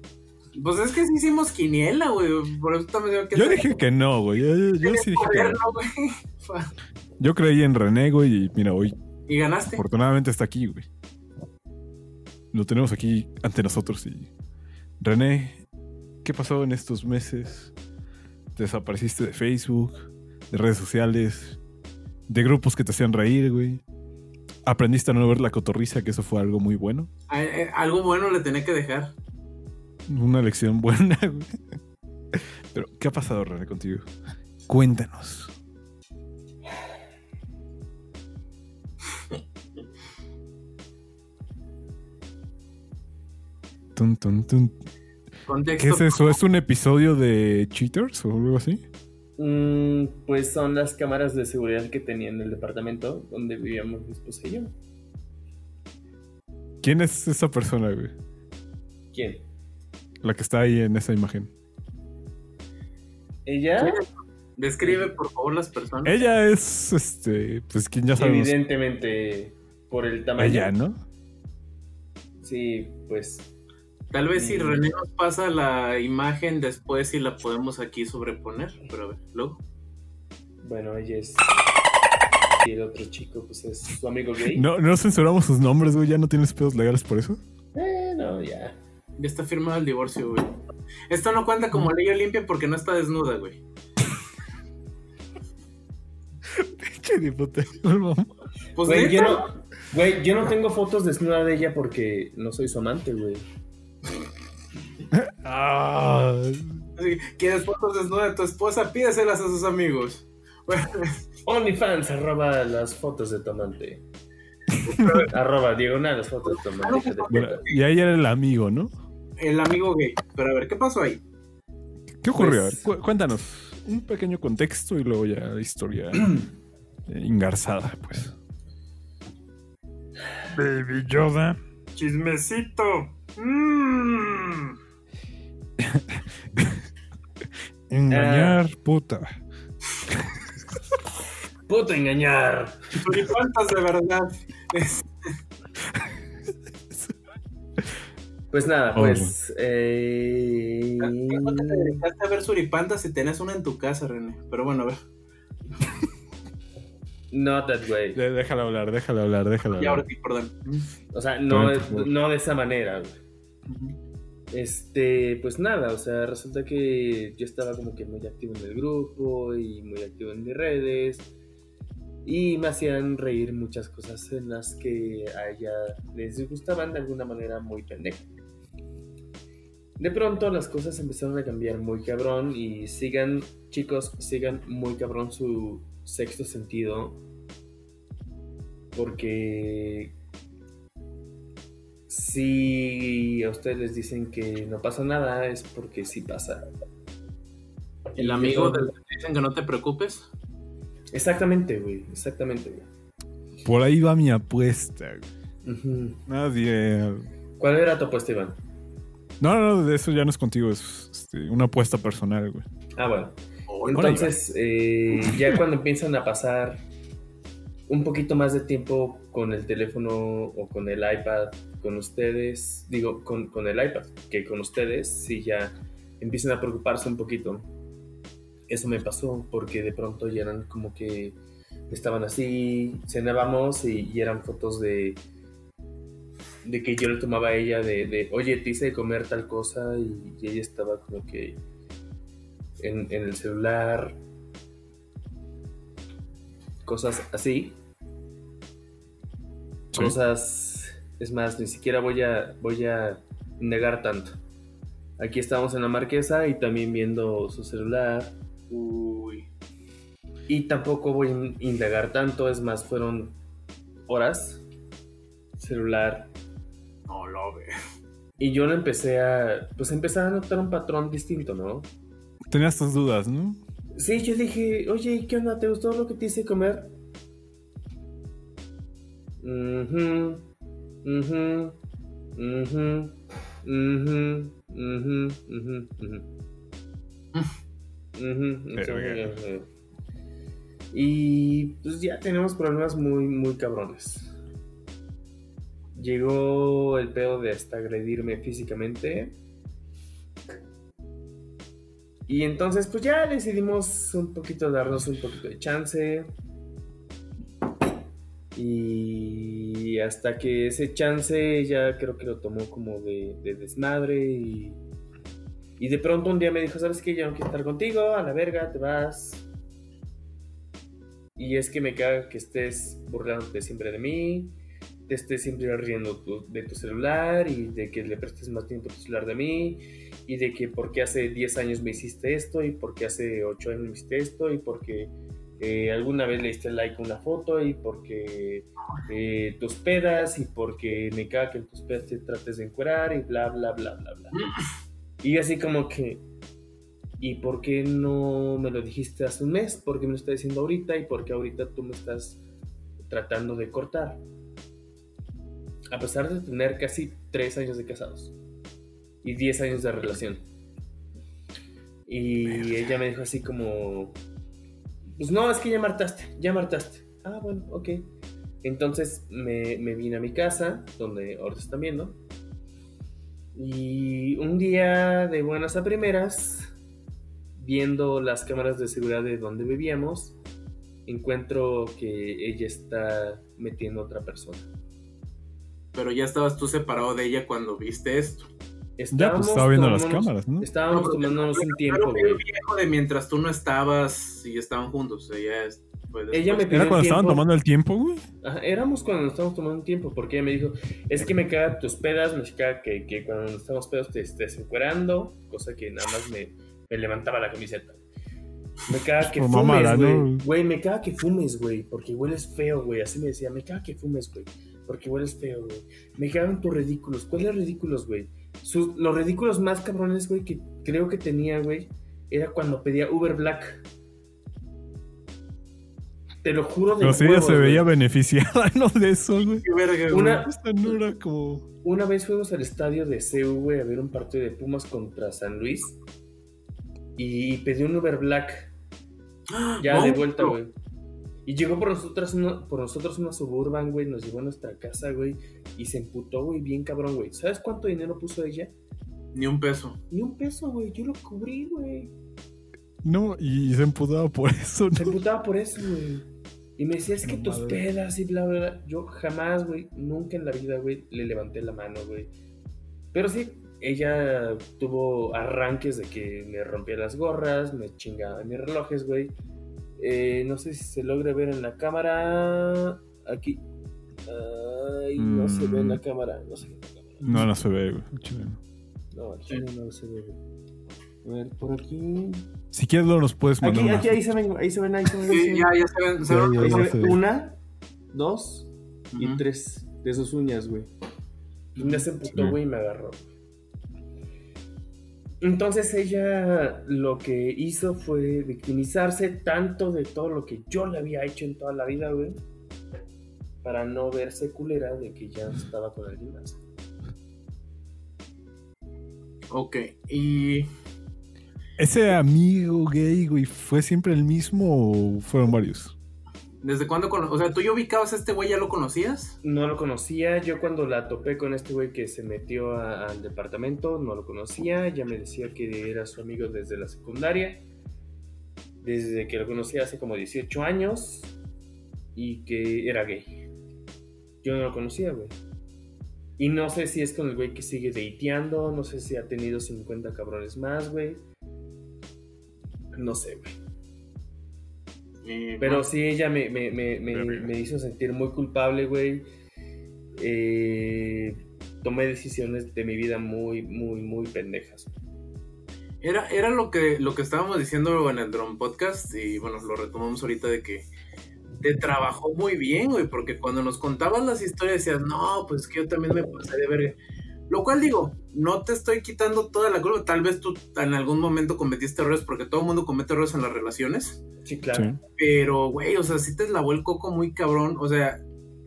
Pues es que sí hicimos quiniela, güey. Por eso también digo que Yo dije que no, güey. Yo, yo- yo sí dije que no. Joderlo, güey. Fa- Yo creí en René, güey, y mira, hoy Y ganaste. afortunadamente está aquí, güey. Lo tenemos aquí ante nosotros y... René, ¿qué pasó en estos meses? Te Desapareciste de Facebook, de redes sociales, de grupos que te hacían reír, güey. Aprendiste a no ver la cotorriza, que eso fue algo muy bueno. A- eh, Algo bueno le tenía que dejar. Una lección buena, güey. Pero, ¿qué ha pasado, René, contigo? Cuéntanos. Tun, tun, tun. ¿Qué Contexto. es eso? ¿Es un episodio de Cheaters o algo así? Mm, pues son las cámaras de seguridad que tenía en el departamento donde vivíamos mi esposa y yo. ¿Quién es esa persona, güey? ¿Quién? La que está ahí en esa imagen. Ella, Describe, por favor, las personas. Ella es, este, pues quien ya sabemos. evidentemente, por el tamaño. Ella, ¿no? Sí, pues Tal vez si Mm. René nos pasa la imagen después y la podemos aquí sobreponer. Pero a ver, luego. Bueno, ella es. Y el otro chico, pues es su amigo gay. No, no censuramos sus nombres, güey. Ya no tienes pedos legales por eso. Eh, no, ya. Ya está firmado el divorcio, güey. Esto no cuenta como ley limpia porque no está desnuda, güey. Che, diputado, el mamón. Pues Güey, neta, yo no, güey, yo no tengo fotos desnuda de ella porque no soy su amante, güey. Ah, si ¿quieres fotos desnudas de tu esposa? Pídeselas a sus amigos. Bueno, OnlyFans arroba las fotos de tu amante. Arroba diagonal las fotos. toma, déjate de- Bueno, y ahí era el amigo, ¿no? El amigo gay. Pero a ver, ¿qué pasó ahí? ¿Qué ocurrió? Pues- A ver, cu- cuéntanos un pequeño contexto y luego ya la historia eh, engarzada, pues. Baby Yoda. Chismecito. Mm. Engañar, puta. Puto engañar. Churipantas de verdad. Es- Pues nada, Horror. pues. eh, ¿Cuándo te dedicaste a ver suripantas si tenés una en tu casa, René? Pero bueno, a ver. Not that way. Ya, Déjala hablar, déjala hablar, déjala Y ahora hablar. sí, perdón. O sea, no, Cuenta, por favor. no de esa manera. güey. Este, pues nada, o sea, resulta que yo estaba como que muy activo en el grupo y muy activo en mis redes. Y me hacían reír muchas cosas en las que a ella les gustaban de alguna manera muy pendeja. De pronto las cosas empezaron a cambiar muy cabrón y sigan, chicos, sigan muy cabrón su sexto sentido. Porque si a ustedes les dicen que no pasa nada, es porque sí pasa. El amigo del que te dicen que no te preocupes. Exactamente, güey. Exactamente, güey. Por ahí va mi apuesta. güey. Ujú. Nadie. ¿Cuál era tu apuesta, Iván? No, no, de eso ya no es contigo, es este, una apuesta personal, güey. Ah, bueno. Órale. Entonces, eh, ya cuando empiezan a pasar un poquito más de tiempo con el teléfono o con el iPad, con ustedes, digo, con, con el iPad, que con ustedes, si ya empiezan a preocuparse un poquito. Eso me pasó porque de pronto ya eran como que estaban así, cenábamos y, y eran fotos de de que yo le tomaba a ella de, de, oye, te hice de comer tal cosa y, y ella estaba como que en, en el celular, cosas así, Sí. cosas, es más, ni siquiera voy a, voy a negar tanto. Aquí estábamos en la marquesa y también viendo su celular Uy. y tampoco voy a in- indagar tanto, es más, fueron horas, celular, No lo ve. Y yo le empecé a. Pues empecé a notar un patrón distinto, ¿no? Tenías tus dudas, ¿no? Sí, yo dije, oye, ¿qué onda? ¿Te gustó lo que te hice comer? Mhm. Mhm. Mhm. Mhm. Mhm. Mhm. Mhm. Verga. Ujú. Y pues ya tenemos problemas muy, muy cabrones. Llegó el pedo de hasta agredirme físicamente. Y entonces pues ya decidimos un poquito darnos un poquito de chance. Y hasta que ese chance ya creo que lo tomó como de, de desmadre y, y de pronto un día me dijo, ¿sabes qué? Ya no quiero estar contigo, a la verga, te vas. Y es que me caga que estés burlándote siempre de mí, te estés siempre riendo tu- de tu celular y de que le prestes más tiempo a tu celular de mí y de que porque hace 10 años me hiciste esto y porque hace 8 años me hiciste esto y porque eh, alguna vez le diste like a una foto y porque eh, te hospedas y porque me caga que en tus pedas te trates de encuerar y bla, bla, bla, bla, bla. Y así como que, ¿y por qué no me lo dijiste hace un mes? ¿Por qué me lo estás diciendo ahorita? ¿Y por qué ahorita tú me estás tratando de cortar? A pesar de tener casi tres años de casados y 10 años de relación. Y ella me dijo así como, pues no, es que ya martaste, ya martaste. Ah, bueno, ok. Entonces me, me vine a mi casa, donde ahora están viendo. Y un día de buenas a primeras, viendo las cámaras de seguridad de donde vivíamos, encuentro que ella está metiendo a otra persona. Pero ya estabas tú separado de ella cuando viste esto. Ya, pues estaba viendo las tomándonos- cámaras, ¿no? No, Estábamos pero tomándonos un Pero tiempo, fue el güey. viejo de mientras tú no estabas y estaban juntos. Ella es- fue después. Ella me pidió Era cuando estaban tiempo. tomando el tiempo, güey. Ajá, éramos cuando nos estábamos tomando un tiempo, porque ella me dijo, es que me caga tus pedas, me caga que, que cuando nos estamos pedos te estés encuerando, cosa que nada más me, me levantaba la camiseta. Me caga que Por fumes, mamada, güey. ¿no? Güey, me caga que fumes, güey, porque hueles feo, güey. Así me decía, me caga que fumes, güey. Porque igual es feo, güey. Me quedaron tus ridículos. ¿Cuáles ridículos, güey? Sus- los ridículos más cabrones, güey, que creo que tenía, güey, era cuando pedía Uber Black. Te lo juro de Pero sí, ella huevos, se veía güey. beneficiada, ¿no? De eso, güey. Qué verga, güey. Una- Esta no era como. Una vez fuimos al estadio de CU, güey, a ver un partido de Pumas contra San Luis. Y pedí un Uber Black. Ya de Monstruo. vuelta, güey. Y llegó por nosotras una, por nosotros una suburban, güey, nos llevó a nuestra casa, güey, y se emputó, güey, bien cabrón, güey. ¿Sabes cuánto dinero puso ella? Ni un peso. Ni un peso, güey, yo lo cubrí, güey. No, y se emputaba por eso, Se ¿no? emputaba por eso, güey. Y me decía, es que No tus mames. pedas y bla, bla, bla. Yo jamás, güey, nunca en la vida, güey, le levanté la mano, güey. Pero sí, ella tuvo arranques de que me rompía las gorras, me chingaba mis relojes, güey. Eh, no sé si se logra ver en la cámara. Aquí. Ay, no se ve en la Mm. cámara. No se ve en la cámara. No, no se ve, güey. Chile, no. No, al chile no se ve. güey. A ver, por aquí. Si quieres, no nos puedes mandar. Aquí, una. aquí, ahí se ven, ahí se ven, ahí se ven. ahí se Sí, ven. ya, ya se ven. se Ya, ven- ya, Ahí ya. se se ve ve. Una, dos Ujú. y tres de sus uñas, güey. Y me hace puto, Sí. güey, y me agarró. Entonces ella lo que hizo fue victimizarse tanto de todo lo que yo le había hecho en toda la vida, güey. Para no verse culera de que ya estaba con alguien más. Ok. Y. Ese amigo gay, güey, ¿fue siempre el mismo o fueron varios? ¿Desde cuándo cono- O sea, tú ya ubicabas a este güey, ya lo conocías. No lo conocía, yo cuando la topé con este güey que se metió a- al departamento, no lo conocía, ya me decía que era su amigo desde la secundaria, desde que lo conocía hace como 18 años y que era gay. Yo no lo conocía, güey. Y no sé si es con el güey que sigue dateando, no sé si ha tenido 50 cabrones más, güey. No sé, güey. Eh, Pero bueno, sí, ella me, me, me, me- Verga. me hizo sentir muy culpable, güey. Eh, tomé decisiones de mi vida muy, muy, muy pendejas. Era, era lo, que, lo que estábamos diciendo en el Drone Podcast y bueno, lo retomamos ahorita de que te trabajó muy bien, güey, porque cuando nos contabas las historias decías, no, pues es que yo también me pasé de verga. Lo cual digo, no te estoy quitando toda la culpa, tal vez tú en algún momento cometiste errores, porque todo el mundo comete errores en las relaciones, Sí, claro. pero, güey, o sea, sí te lavó el coco muy cabrón, o sea,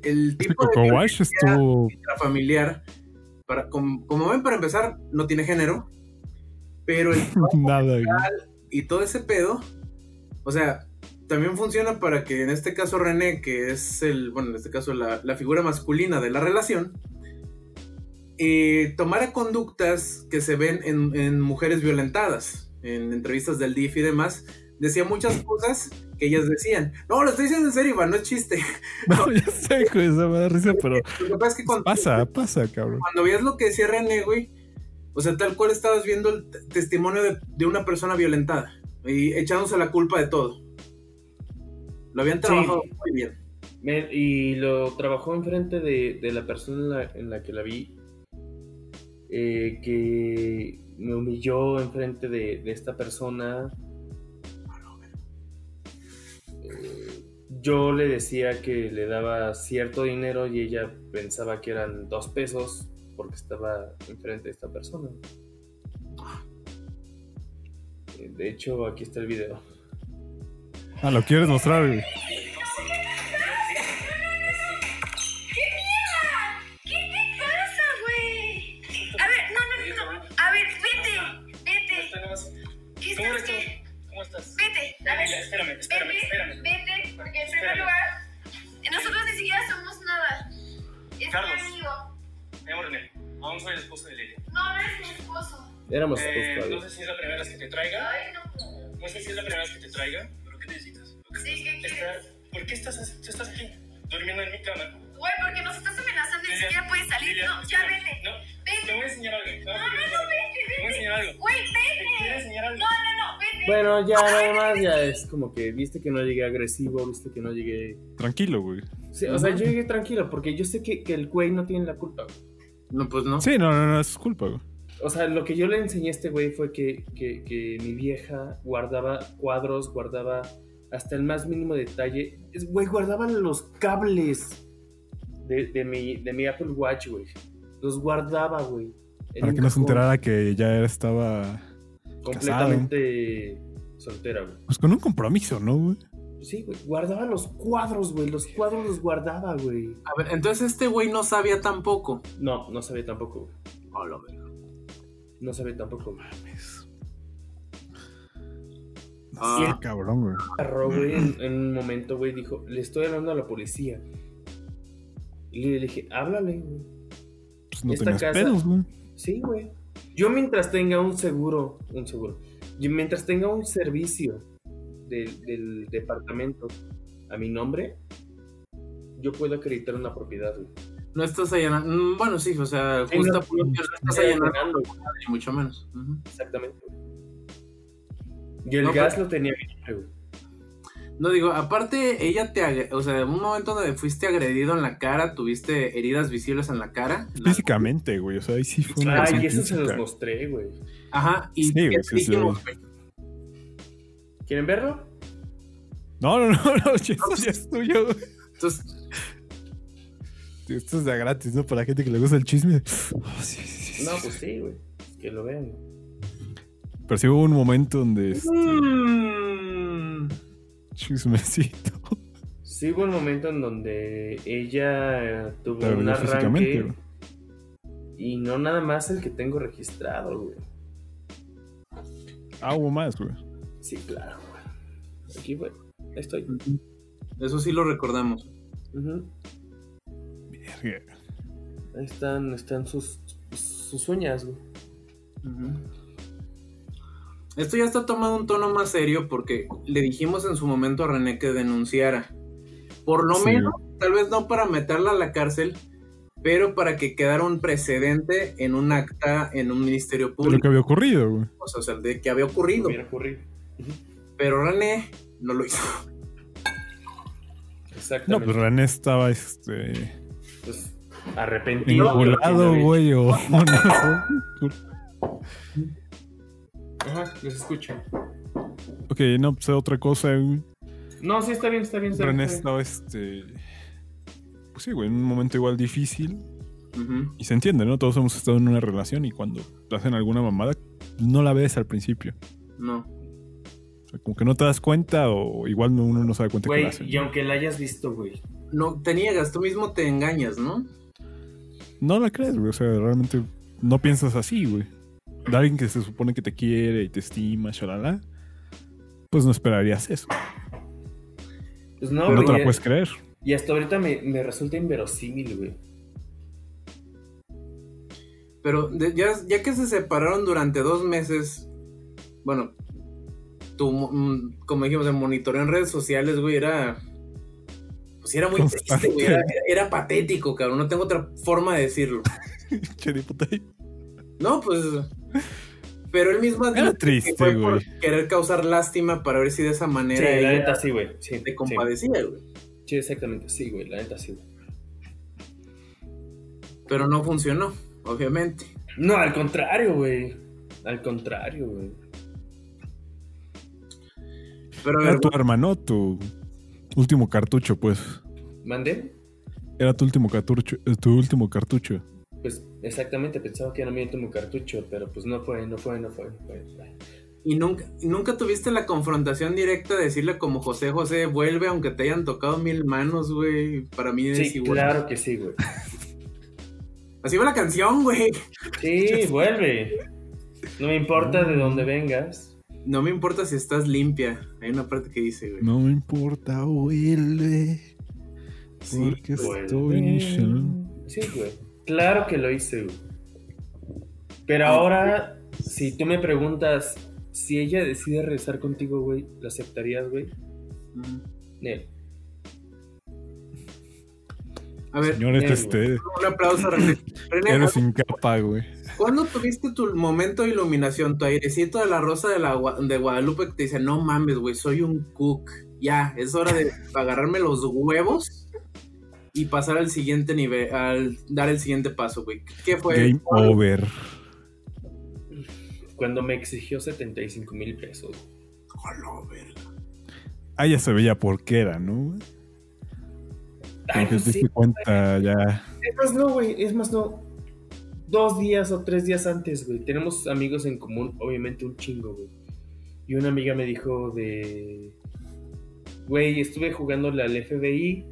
el Este tipo Coco de Wash estuvo. familiar, para, como, como ven, para empezar, no tiene género, pero el Nada, güey. y todo ese pedo, o sea, también funciona para que en este caso René, que es el, bueno, en este caso la, la figura masculina de la relación, eh, tomara conductas que se ven en, en mujeres violentadas, en entrevistas del DIF y demás, decía muchas cosas que ellas decían. No, lo estoy diciendo en serio, Iván, no es chiste. No, ya sé, güey, esa me da risa, pero Lo que pasa es que cuando- pasa, pasa, cabrón. cuando veías lo que decía René, güey, o sea, tal cual estabas viendo el t- testimonio de, de una persona violentada y echándose la culpa de todo. Lo habían trabajado muy bien. Me- y lo trabajó enfrente de, de la persona en la, en la que la vi, eh, que me humilló enfrente de, de esta persona. Eh, Yo le decía que le daba cierto dinero y ella pensaba que eran dos pesos porque estaba enfrente de esta persona. Eh, De hecho, aquí está el video. Ah, lo quieres mostrar, güey. ¡Qué mierda! ¿Qué te pasa, güey? A ver, no, no, no. A ver, vete, vete. ¿Qué ¿Cómo estás eres tú? que? ¿Cómo estás? Vete, a ver. Mira, espérame, espérame, Vete, espérame. vete, porque en primer Espérame. lugar, nosotros ni siquiera somos nada. Es mi Carlos. amigo. Me llamo René. Aún soy el esposo de Lilia. No, no es mi esposo. Éramos Eh, esposos, no sé si es la primera vez que te traiga. Ay, no puedo. No sé si es la primera vez que te traiga. ¿Pero qué necesitas? ¿Por qué Sí, ¿qué estás- quieres? está- ¿Por qué estás, así- tú estás aquí? Durmiendo en mi cama. Güey, porque nos estás amenazando y ni Lilia, siquiera puedes salir. Lilia, No, ya espérame. vete. No, te Vete, voy a enseñar algo. Te voy a no, no, enseñar no, algo. Te voy a vete, vete. enseñar algo. Güey, Te quiero vete. enseñar algo. No, no, no, vete. Bueno, ya nada más, ya es como que viste que no llegué agresivo, viste que no llegué. Tranquilo, güey. Sí, o sea, Ajá. yo llegué tranquilo porque yo sé que, que el güey no tiene la culpa. güey. No, pues no. Sí, no, no, no, es su culpa, güey. O sea, lo que yo le enseñé a este güey fue que, que- que mi vieja guardaba cuadros, guardaba hasta el más mínimo detalle. Es- Güey, guardaba los cables de, de mi, de mi Apple Watch, güey. Los guardaba, güey. en Para un que no se cajón enterara que ya estaba. Completamente soltera, güey. Pues con un compromiso, ¿no, güey? Sí, güey. Guardaba los cuadros, güey. Los cuadros los guardaba, güey. A ver, entonces este güey no sabía tampoco. No, no sabía tampoco, güey. A la verga. No sabía tampoco, güey. Sí, Ah. cabrón, güey. agarró, güey, en, en un momento, güey, dijo, le estoy hablando a la policía. Y le dije, háblale, güey. Pues no Esta tenías casa- pedos, güey. Sí, güey. Yo mientras tenga un seguro, un seguro, y mientras tenga un servicio del, del departamento a mi nombre, yo puedo acreditar una propiedad, güey. No estás allanando. mm, Bueno, sí, o sea, Sí, justa no. por no estás Estoy allanando, allanando, güey, ni mucho menos. Ujú. Exactamente. Y el No, pues gas lo tenía mi nombre, güey. No digo, aparte ella te, agre- o sea, en un momento donde fuiste agredido en la cara, tuviste heridas visibles en la cara. la- Físicamente, güey. O sea, ahí sí fue una. Ay, agresión eso se los física. mostré, güey. Ajá, y Sí, ¿qué güey, te sí, sí, dijeron, sí. güey? ¿Quieren verlo? No, no, no, no. Eso ya es tuyo, güey. Entonces, Esto es de gratis, ¿no? Para la gente que le gusta el chisme. Oh, sí, sí, sí, No, sí. pues sí, güey. Que lo vean. güey. Pero sí hubo un momento donde. este, mm, Chismecito. Sí hubo un momento en donde ella eh, tuvo Te un agredió físicamente, arranque güey. y no nada más el que tengo registrado, güey. Ah, hubo más, güey. Sí, claro, güey. Aquí, güey. Estoy. eso sí lo recordamos. Ujú. Verga. Ahí están, están sus, sus uñas, güey. Esto ya está tomando un tono más serio porque le dijimos en su momento a René que denunciara. Por lo Sí, menos, tal vez no para meterla a la cárcel, pero para que quedara un precedente en un acta en un ministerio De lo que público, había ocurrido, güey. o sea, de que había ocurrido. Hubiera ocurrido. Pero René no lo hizo. Exactamente. No, pues René estaba, este. Pues, arrepentido. Enculado, porque- güey, o o no. Ajá, los escucho. Ok, no, pues otra cosa, güey. No, sí, está bien, está bien. Está bien, René está bien. estaba, este. Pues sí, güey, en un momento igual difícil. Ujú. Y se entiende, ¿no? Todos hemos estado en una relación y cuando te hacen alguna mamada, no la ves al principio. No. O sea, como que no te das cuenta o igual no- uno no se da cuenta que la Güey, hacen. y aunque la hayas visto, güey. No, te niegas, tú mismo te engañas, ¿no? No la crees, güey. O sea, realmente no piensas así, güey. De alguien que se supone que te quiere y te estima, shalala, pues no esperarías eso. Pues no, No, güey, te la ya- puedes creer. Y hasta ahorita me, me resulta inverosímil, güey. Pero de- ya, ya que se separaron durante dos meses, bueno, tu, mo- mm, como dijimos, el monitoreo en redes sociales, güey, era. Pues era muy triste, güey. Era, Constante. era patético, cabrón. No tengo otra forma de decirlo. Che, puta. No, pues. Pero él mismo admite Era que triste, fue por güey. querer causar lástima para ver si de esa manera Sí, la ella neta sí, güey. Sí, te sí. compadecía, güey. Sí, exactamente. Sí, güey, la neta sí, güey. Pero no funcionó, obviamente. No, al contrario, güey. Al contrario, güey. Pero a ver, Era tu arma, ¿no? Tu último cartucho, pues. ¿Mandé? Era tu último cartucho. eh, Tu último cartucho. Pues exactamente, pensaba que era mi último cartucho, pero pues no fue, no fue, no fue, no fue. Y nunca, nunca tuviste la confrontación directa de decirle como José José, vuelve aunque te hayan tocado mil manos, güey. Para mí es Sí, igual. claro que sí, güey. Así va la canción, güey. Sí, vuelve. No me importa de dónde vengas. No me importa si estás limpia. Hay una parte que dice, güey. No me importa, vuelve. Sí, porque güey. estoy en Israel. Sí, güey. Claro que lo hice, güey. Pero ahora, si tú me preguntas si ella decide regresar contigo, güey, ¿lo aceptarías, güey? Mm. Nel. A ver, Señores, Bien, este. un aplauso, René. René, Eres incapaz, güey. ¿cuándo tuviste tu momento de iluminación, tu airecito de la rosa de, la, Gua- de Guadalupe que te dice, no mames, güey, soy un cook? Ya, es hora de agarrarme los huevos y pasar al siguiente nivel, al dar el siguiente paso, güey. ¿Qué fue? Game over. Cuando me exigió 75 mil pesos. A la verga. Ah, ya se veía por qué era, ¿no? güey? Como que te pues sí. diste cuenta ya. Es más, no, güey. Es más, no. Dos días o tres días antes, güey. Tenemos amigos en común, obviamente un chingo, güey. Y una amiga me dijo de. Güey, estuve jugando al FBI.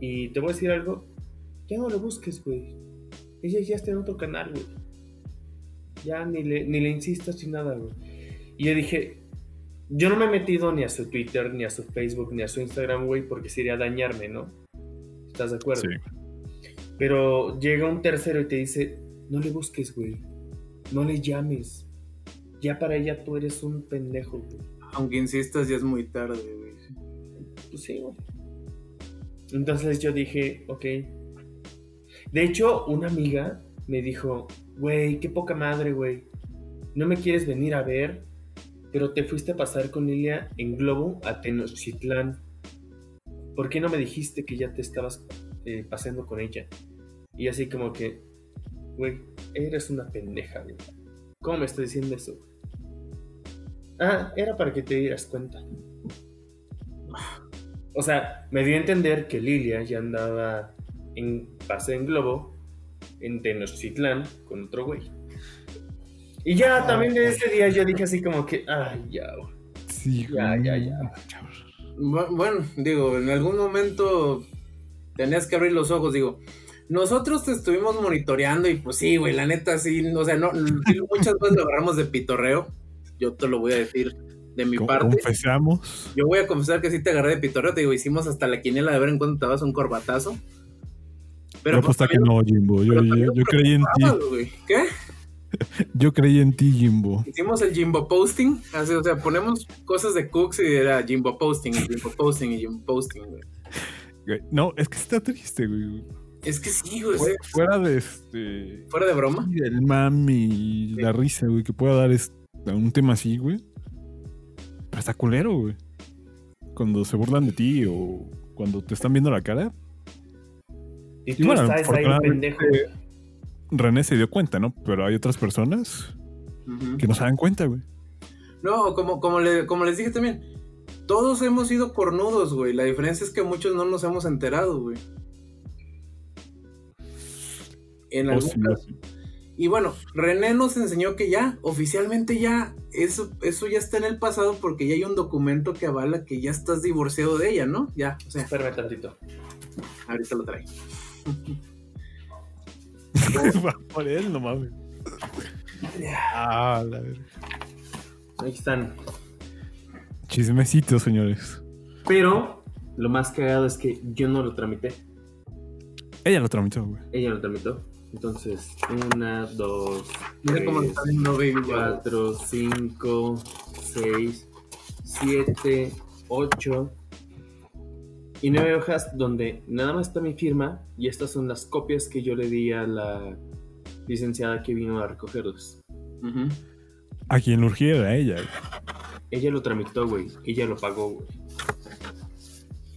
Y te voy a decir algo. Ya no lo busques, güey. Ella ya está en otro canal, güey. Ya ni le, ni le insistas ni nada, güey. Y yo dije. Yo no me he metido ni a su Twitter, ni a su Facebook, ni a su Instagram, güey, porque sería dañarme, ¿no? ¿Estás de acuerdo? Sí. Pero llega un tercero y te dice, no le busques, güey. No le llames. Ya para ella tú eres un pendejo, güey. Aunque insistas, ya es muy tarde, güey. Pues sí, güey. Entonces yo dije, ok. De hecho, una amiga me dijo, güey, qué poca madre, güey. No me quieres venir a ver, pero te fuiste a pasar con ella en globo a Tenochtitlán. ¿Por qué no me dijiste que ya te estabas eh, paseando con ella? Y así como que, güey, eres una pendeja, güey. ¿Cómo me estás diciendo eso? Ah, era para que te dieras cuenta. O sea, me dio a entender que Lilia ya andaba en pase en globo en Tenochtitlán con otro güey. Y ya Ah, también de ese día yo dije así como que, ay, ya, güey. Sí, Ya, güey. ya, ya. Bu- Bueno, digo, en algún momento tenías que abrir los ojos, digo. Nosotros te estuvimos monitoreando y pues sí, güey, la neta sí, o sea, no, sí, muchas veces lo agarramos de pitorreo, yo te lo voy a decir de mi Co- parte. Confesamos. Yo voy a confesar que sí te agarré de pitorreo, te digo, hicimos hasta la quiniela de ver en cuánto te dabas un corbatazo. Pero yo pues, aposté que también- no, Jimbo. Yo, pero yo- también yo creí en ti. preocupado, güey. ¿Qué? Yo creí en ti, Jimbo. Hicimos el Jimbo Posting, así, o sea, ponemos cosas de Cooks y era Jimbo Posting, y Jimbo Posting y Jimbo Posting, güey. Güey, No, es que está triste, güey. Es que sí, güey, o sea, Fuera- Fuera de este. fuera de broma. y el mami y la risa, güey, que pueda dar es- a un tema así, güey. Pero está culero, güey. Cuando se burlan de ti o cuando te están viendo la cara, Y Y tú bueno, estás ahí, afortunadamente- pendejo. René se dio cuenta, ¿no? Pero hay otras personas Ujú. que no se dan cuenta, güey. No, como, como, le- como les dije también, todos hemos sido cornudos, güey. La diferencia es que muchos no nos hemos enterado, güey. En O algún sí, caso. o sí. Y bueno, René nos enseñó que ya, oficialmente ya, eso, eso ya está en el pasado porque ya hay un documento que avala que ya estás divorciado de ella, ¿no? Ya, o sea, Espérame tantito. ahorita lo trae. Va por él, no mames. Ah, la verga. Ahí están. Chismecito, señores. Pero lo más cagado es que yo no lo tramité. Ella lo tramitó, güey. Ella lo tramitó. Entonces, una, dos, Mira cómo lo tres, está viendo Baby Yoda. 4, 5, 6, 7, 8 y 9 hojas donde nada más está mi firma y estas son las copias que yo le di a la licenciada que vino a recogerlos. Ujú. A quien le urgiera era ella, güey. Ella lo tramitó, güey. Ella lo pagó, güey.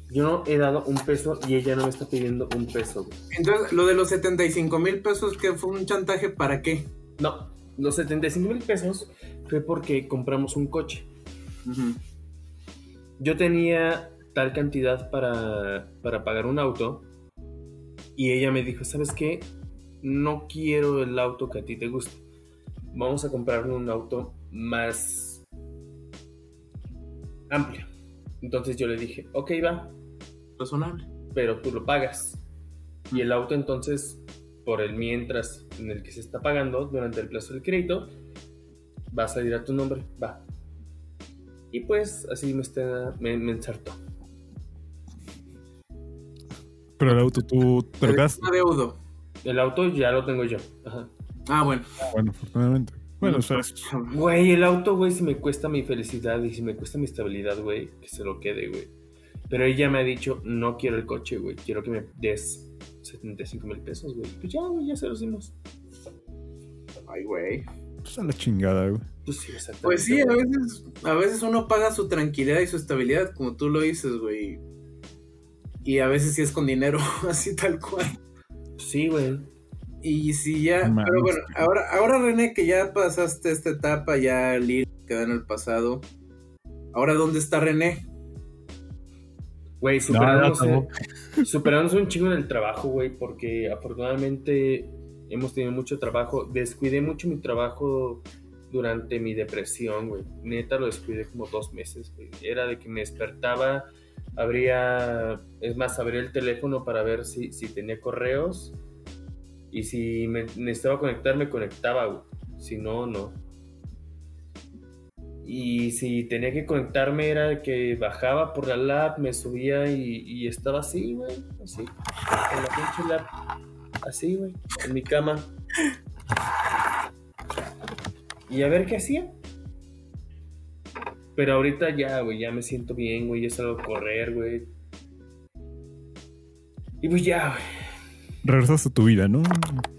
Yo no he dado un peso y ella no me está pidiendo un peso, güey. Entonces, lo de los 75 mil pesos que fue un chantaje, ¿para qué? No, los 75 mil pesos fue porque compramos un coche. Ujú. yo tenía tal cantidad para, para pagar un auto y ella me dijo, ¿sabes qué? No quiero el auto que a ti te gusta. Vamos a comprarle un auto más amplio. Entonces yo le dije, ok, va, Razonable. pero tú lo pagas. Y el auto entonces, por el mientras en el que se está pagando durante el plazo del crédito, va a salir a tu nombre, va. Y pues así me, está, me, me ensartó. Pero el auto tú te lo quedaste. Un adeudo. El auto ya lo tengo yo. Ajá. Ah, bueno. Bueno, afortunadamente. Bueno, o sea, es- Güey, el auto, güey, si me cuesta mi felicidad y si me cuesta mi estabilidad, güey, que se lo quede, güey. Pero ella me ha dicho, no quiero el coche, güey, quiero que me des 75 mil pesos, güey. Pues ya, güey, ya se los dimos. Ay, güey. pues a la chingada, güey. Pues sí, exactamente. Pues sí, a güey. veces, a veces uno paga su tranquilidad y su estabilidad, como tú lo dices, güey. Y a veces sí es con dinero, así tal cual. Sí, güey. Y si ya, Mames, pero bueno, güey. ahora, ahora René, que ya pasaste esta etapa, ya Lil queda en el pasado. Ahora, ¿dónde está René? Güey, no, superamos, tampoco. superamos un chingo en el trabajo, güey, porque afortunadamente hemos tenido mucho trabajo. Descuidé mucho mi trabajo durante mi depresión, güey. Neta, lo descuidé como dos meses, güey. Era de que me despertaba, abría, es más, abría el teléfono para ver si, si tenía correos. Y si me necesitaba conectar, me conectaba, güey. Si no, no. Y si tenía que conectarme era que bajaba por la lab, me subía y, y estaba así, güey. Así. En la pinche lab. Así, güey. En mi cama. Y a ver qué hacía. Pero ahorita ya, güey, ya me siento bien, güey. Ya salgo a correr, güey. Y pues ya, güey. Regresaste a tu vida, ¿no?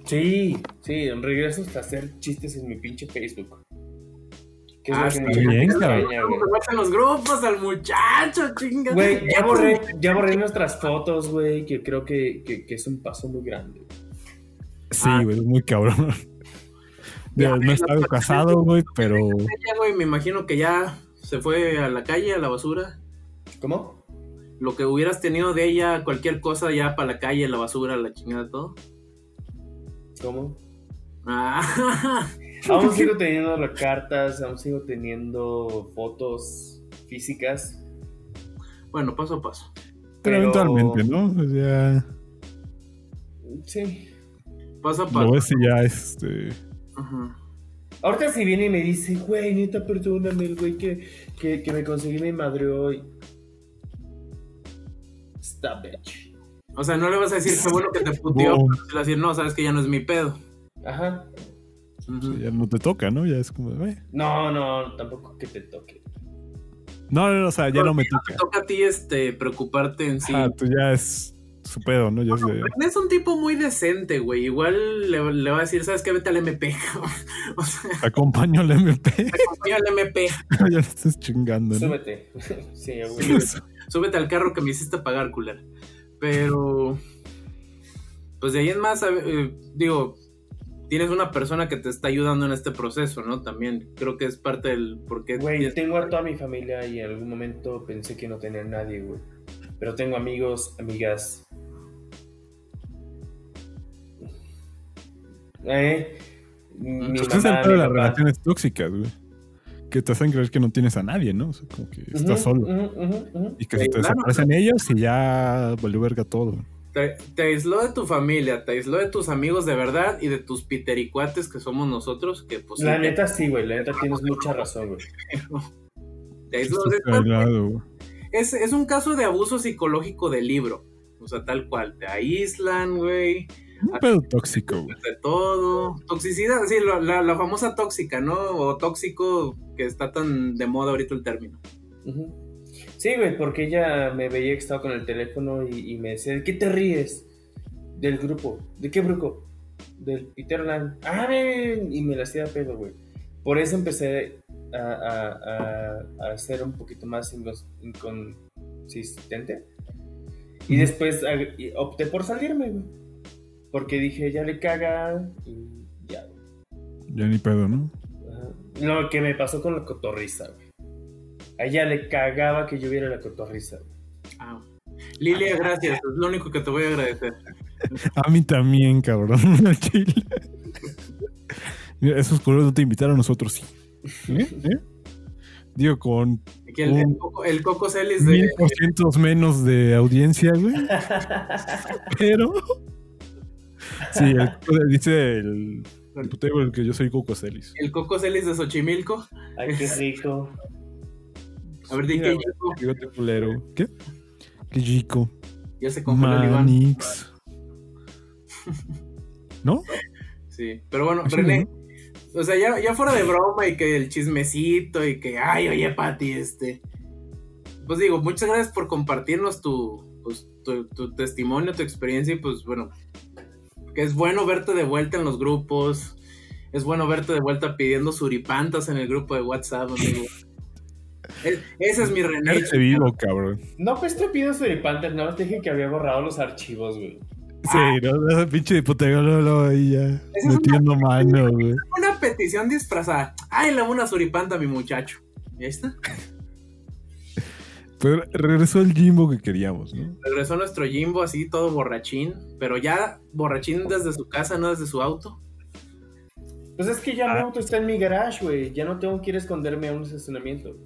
Sí, sí, regreso hasta hacer chistes en mi pinche Facebook. Que Ah, lo que está me bien, extraña, ¿Cómo güey. me meten los grupos al muchacho, chinga? Güey, ya borré, ya borré nuestras fotos, güey, que creo que, que- que es un paso muy grande. Sí, Ah. güey, es muy cabrón. Ya, Digo, no ya, estaba ya, casado, güey, pero Ya, güey, me imagino que ya se fue a la calle, a la basura. ¿Cómo? Lo que hubieras tenido de ella, cualquier cosa ya para la calle, la basura, la chingada, todo. ¿Cómo? Ah, Aún sigo teniendo las cartas, aún sigo teniendo fotos físicas. bueno, paso a paso. pero eventualmente, ¿no? O sea, Sí. Paso a paso. lo ves y ya este. Ajá. Ahorita si viene y me dice, güey, neta, perdóname, el güey que, que, que me conseguí mi madre hoy. Stop, bitch. O sea, no le vas a decir qué bueno que te puteó. Wow. pero sí Le vas a decir, no, sabes que ya no es mi pedo. Ajá. Ujú. Ya no te toca, ¿no? Ya es como, eh. No, no, tampoco que te toque. No, no, no, o sea, ya no me Te toca. toca a ti este, preocuparte en sí. Ah, tú ya es su pedo, ¿no? Ya es de- Es un tipo muy decente, güey. Igual le, le va a decir, ¿sabes qué? Vete al MP. cabrón". o sea, te acompaño al MP. vete al MP. ya no estás chingando, ¿no? pues Súbete. sí, güey. Sí, Súbete al carro que me hiciste pagar, culera. Pero. Pues de ahí en más, a- eh, digo, tienes una persona que te está ayudando en este proceso, ¿no? También creo que es parte del por qué. Güey, tienes- tengo a toda mi familia y en algún momento pensé que no tenía a nadie, güey. Pero tengo amigos, amigas. ¿Eh? Mi Pues es el mamá, pedo de mi las papá. relaciones tóxicas, güey. Que te hacen creer que no tienes a nadie, ¿no? O sea, como que Ujú, estás solo. ujú, ujú, ujú. Y que se te Claro. desaparecen ellos y ya valió verga todo. Te, te aisló de tu familia, te aisló de tus amigos de verdad y de tus pitericuates que somos nosotros, que pues. La sí, neta sí, güey, la neta tienes mucha razón, güey. te aisló Estás de aislado, güey. Es, es un caso de abuso psicológico del libro. O sea, tal cual. Te aíslan, güey. Un pedo tóxico, güey. pues, De todo. Toxicidad, sí, lo- la, la famosa tóxica, ¿no? O tóxico, que está tan de moda ahorita el término. Ujú. Sí, güey, porque ella me veía que estaba con el teléfono y, y me decía, ¿de qué te ríes? Del grupo. ¿De qué grupo? Del Peter Lang. Ah, ven. Y me la hacía pedo, güey. Por eso empecé a, a- a- a ser un poquito más incons- inconsistente. Y después ag- y opté por salirme, güey. Porque dije, ya le caga y ya, güey. Ya ni pedo, ¿no? Ajá. Lo que me pasó con la cotorriza, güey. A ella le cagaba que yo viera la cotorriza. güey. Ah. Lilia, gracias. Es lo único que te voy a agradecer. A mí también, cabrón. al chile. Mira, esos colores no te invitaron, nosotros sí. ¿Eh? ¿Eh? Digo, con Aquí el, el Un- coco, el Coco Celis mil de. por cientos menos de audiencia, güey. Pero. Sí, el- dice el diputado el que yo soy Coco Celis. El Coco Celis de Xochimilco. Ay, qué rico. A ver, di Mira, que güey, yo, bigote culero. ¿Qué? Qué chico. ya se congeló el Iván. Manix. ¿No? Sí. Pero bueno, Así, René, ¿no? O sea, ya, ya fuera de broma y que el chismecito y que, ay, oye, Pati, este. Pues digo, muchas gracias por compartirnos tu, pues, tu, tu testimonio, tu experiencia y pues bueno, que es bueno verte de vuelta en los grupos, es bueno verte de vuelta pidiendo suripantas en el grupo de WhatsApp, amigo. Es- ese es mi René. Verte vivo, cabrón. No, pues te pido Suripanther, nada más te dije que había borrado los archivos, güey. Ah. Sí, no, ese pinche diputado no lo ahí ya. es una- Metiendo mano, güey. Una petición disfrazada. Ay, le hago una suripanta a mi muchacho. ¿Ya está? Pero regresó el Jimbo que queríamos, ¿no? Regresó nuestro Jimbo así todo borrachín, pero ya borrachín desde su casa, no desde su auto. Pues es que ya mi auto está en mi garage, güey. Ya no tengo que ir a esconderme a un estacionamiento.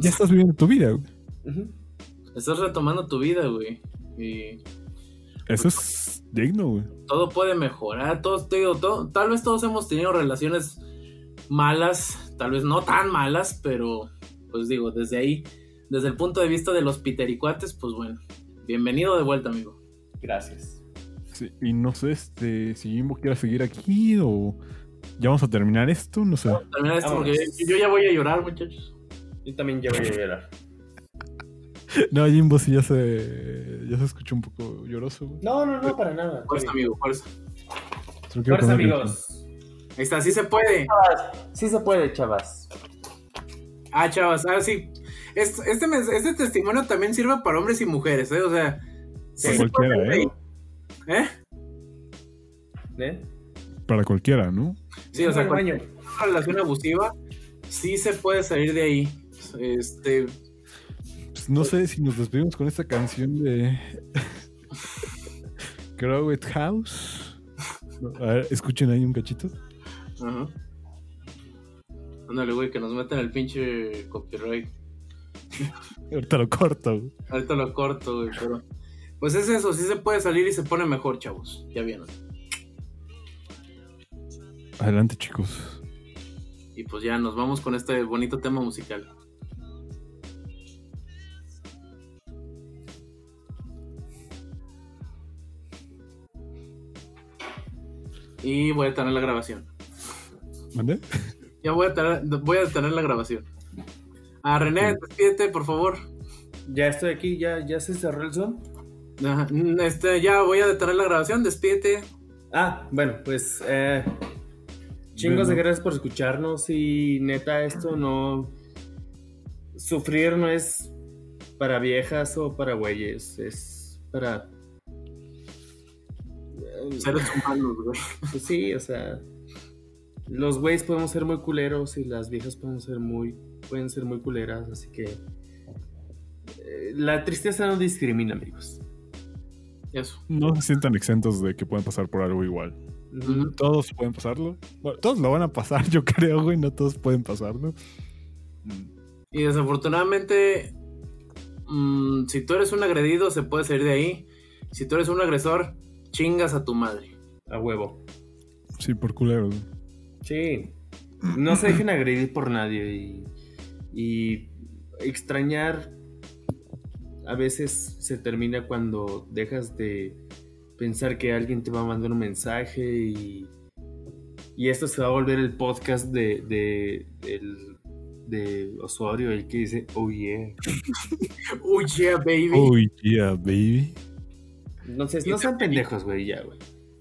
Ya estás viviendo tu vida, güey. Ujú. Estás retomando tu vida, güey. Y Eso es digno, güey. todo puede mejorar, todos, te digo, todo- tal vez todos hemos tenido relaciones malas, tal vez no tan malas, pero pues digo, desde ahí, desde el punto de vista de los pitericuates, pues bueno, bienvenido de vuelta, amigo. Gracias. Sí, y no sé este, si Jimbo quiera seguir aquí o ya vamos a terminar esto, no sé. Termina esto porque Vámonos. yo, yo ya voy a llorar, muchachos. Yo también ya voy a llorar. No, Jimbo sí ya se, ya se escuchó un poco lloroso, güey. No, no, no, para nada. Fuerza, amigo, fuerza. Solo quiero Fuerza, poner el- amigos. Ahí está, sí se puede. Sí se puede, chavas. Ah, chavas, ah, sí. Es- Este, mens- este testimonio también sirve para hombres y mujeres, ¿eh? O sea, Para sí se cualquiera, puede, ¿eh? güey. ¿Eh? ¿Eh? Para cualquiera, ¿no? Sí, o sea, Bueno, baño. una relación abusiva, sí se puede salir de ahí. Este, Pues no sé si nos despedimos con esta canción de Grow It House. No, a ver, escuchen ahí un cachito. ajá. Ándale, güey, que nos metan el pinche copyright. Ahorita lo corto. güey. Ahorita lo corto, güey, pero. Pues es eso, sí se puede salir y se pone mejor, chavos. Ya vieron. Adelante, chicos. Y pues ya nos vamos con este bonito tema musical. Y voy a tener la grabación. ¿Mande? Ya voy a tener, voy a detener la grabación. Ah, René, despídete, por favor. Ya estoy aquí, ya, ya se cerró el Zoom. Ajá, mm, Este, ya voy a detener la grabación, despídete. Ah, bueno, pues eh, chingos de gracias por escucharnos y neta esto no sufrir no es para viejas o para güeyes, es para Seres humanos, güey. pues sí, o sea, los güeyes podemos ser muy culeros y las viejas podemos ser muy pueden ser muy culeras, así que eh, la tristeza no discrimina, amigos. Eso. No se sientan exentos de que pueden pasar por algo igual. Ujú. Todos pueden pasarlo. Bueno, todos lo van a pasar, yo creo, güey. No todos pueden pasarlo. Mm, Y desafortunadamente, mm, si tú eres un agredido, se puede salir de ahí. Si tú eres un agresor, chingas a tu madre. A huevo. Sí, por culero. Sí. No se dejen agredir por nadie y, y extrañar a veces se termina cuando dejas de pensar que alguien te va a mandar un mensaje y, y esto se va a volver el podcast de, de, del- de Osorio, el que dice, oh yeah. Oh yeah, baby. Uy, yeah, baby. Entonces, no sean pendejos, güey, ya, güey.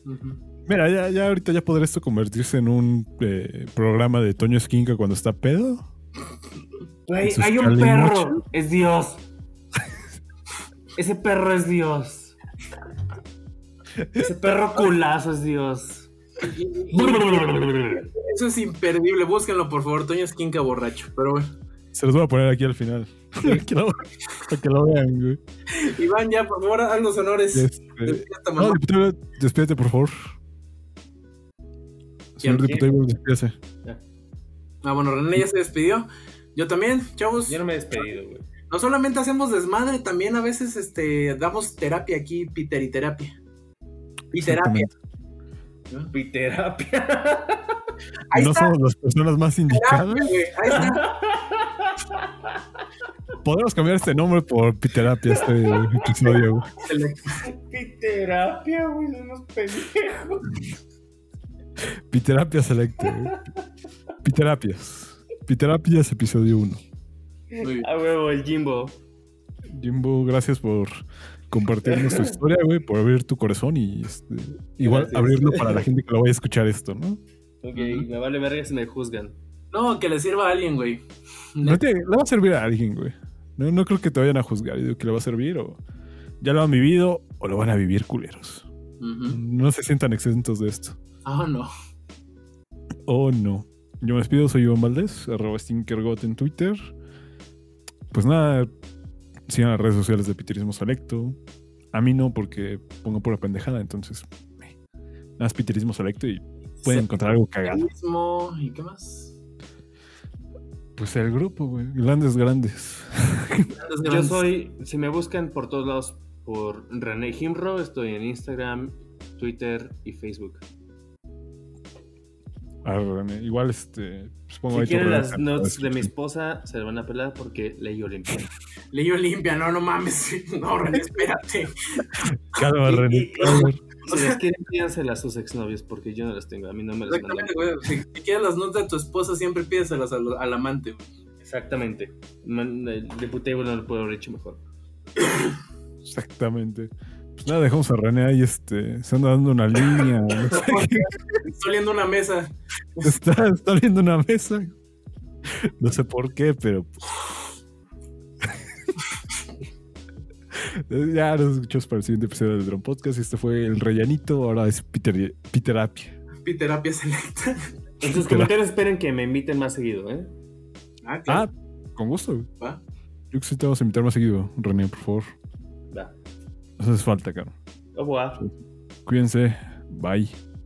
Ujú. Mira, ya, ya ahorita ya podrá esto convertirse en un eh, programa de Toño Esquinca cuando está pedo. Güey, Eso es hay un Charlie perro, Mocho. es Dios. Ese perro es Dios. Ese perro culazo es Dios. Eso es imperdible. Búsquenlo, por favor. Toño Esquinca borracho. Pero bueno. Se los voy a poner aquí al final. para, que lo, para que lo vean, güey. Iván, ya, por favor, haz los honores. Este, Despierta, mamá. no, diputado, despídete, por favor. Señor ¿Quién? diputado, despídese. Ah, bueno, René ya se despidió. Yo también, chavos. Yo no me he despedido, güey. No solamente hacemos desmadre, también a veces este, damos terapia aquí, piteriterapia. Piterapia. Exactamente. Piterapia. Ahí No está. somos las personas más indicadas. Terapia, güey. Ahí está. Podemos cambiar este nombre por Piterapia este episodio. güey. Se le- Piterapia, güey, son unos pendejos. Piterapia Selecta. güey. Piterapias. Piterapias episodio 1. Muy bien. A huevo, el Jimbo. Jimbo, gracias por compartirnos tu historia, güey, por abrir tu corazón y este, igual Gracias. abrirlo para la gente que lo vaya a escuchar esto, ¿no? Ok, me vale verga si me juzgan. No, que le sirva a alguien, güey. No te, le va a servir a alguien, güey. No, no creo que te vayan a juzgar. Yo digo que le va a servir o ya lo han vivido o lo van a vivir culeros. Ujú. No se sientan exentos de esto. Ah, no. Oh, no. Yo me despido, soy Iván Valdés, arroba Stinkergot en Twitter. Pues nada, Sigan las redes sociales de Piterismo Selecto. A mí no, porque pongo pura pendejada, entonces. meh. Nada más Piterismo Selecto y pueden encontrar algo cagado. Mismo, ¿Y qué más? Pues el grupo, güey. Grandes, grandes. Grandes, Yo grandes. soy, si me buscan por todos lados por René Jimro, estoy en Instagram, Twitter y Facebook. Ah, René, Igual, este. pues, pongo Si ahí tu quieren red las en la notes de mi descripción. esposa, se la van a pelar porque leí Olimpia. Ley Olimpia, no, no mames. No, René, espérate. Calma, y- René. y- calma. Si las quieren, pídanselas a sus exnovios porque yo no las tengo, a mí no me las mandan. Exactamente, güey. Si, si quieres las notas de tu esposa, siempre pídeselas al, al amante, güey. Exactamente. Man- El diputado no lo puedo haber hecho mejor. Exactamente. Pues nada, dejamos a René ahí, este. Se anda dando una línea. no sé qué. Estoy oliendo una mesa. Está, está viendo una mesa. No sé por qué, pero. ya nos escuchamos para el siguiente episodio del Drone Podcast. Este fue el rellanito, ahora es Peter, Piterapia. Piterapia selecta. En sus comentarios esperen que me inviten más seguido, ¿eh? Ah, Ah, claro. con gusto. güey. Va. Yo creo que sí te vamos a invitar más seguido, René, por favor. Va. Nos hace falta, cabrón. Au revoir. Cuídense. Bye.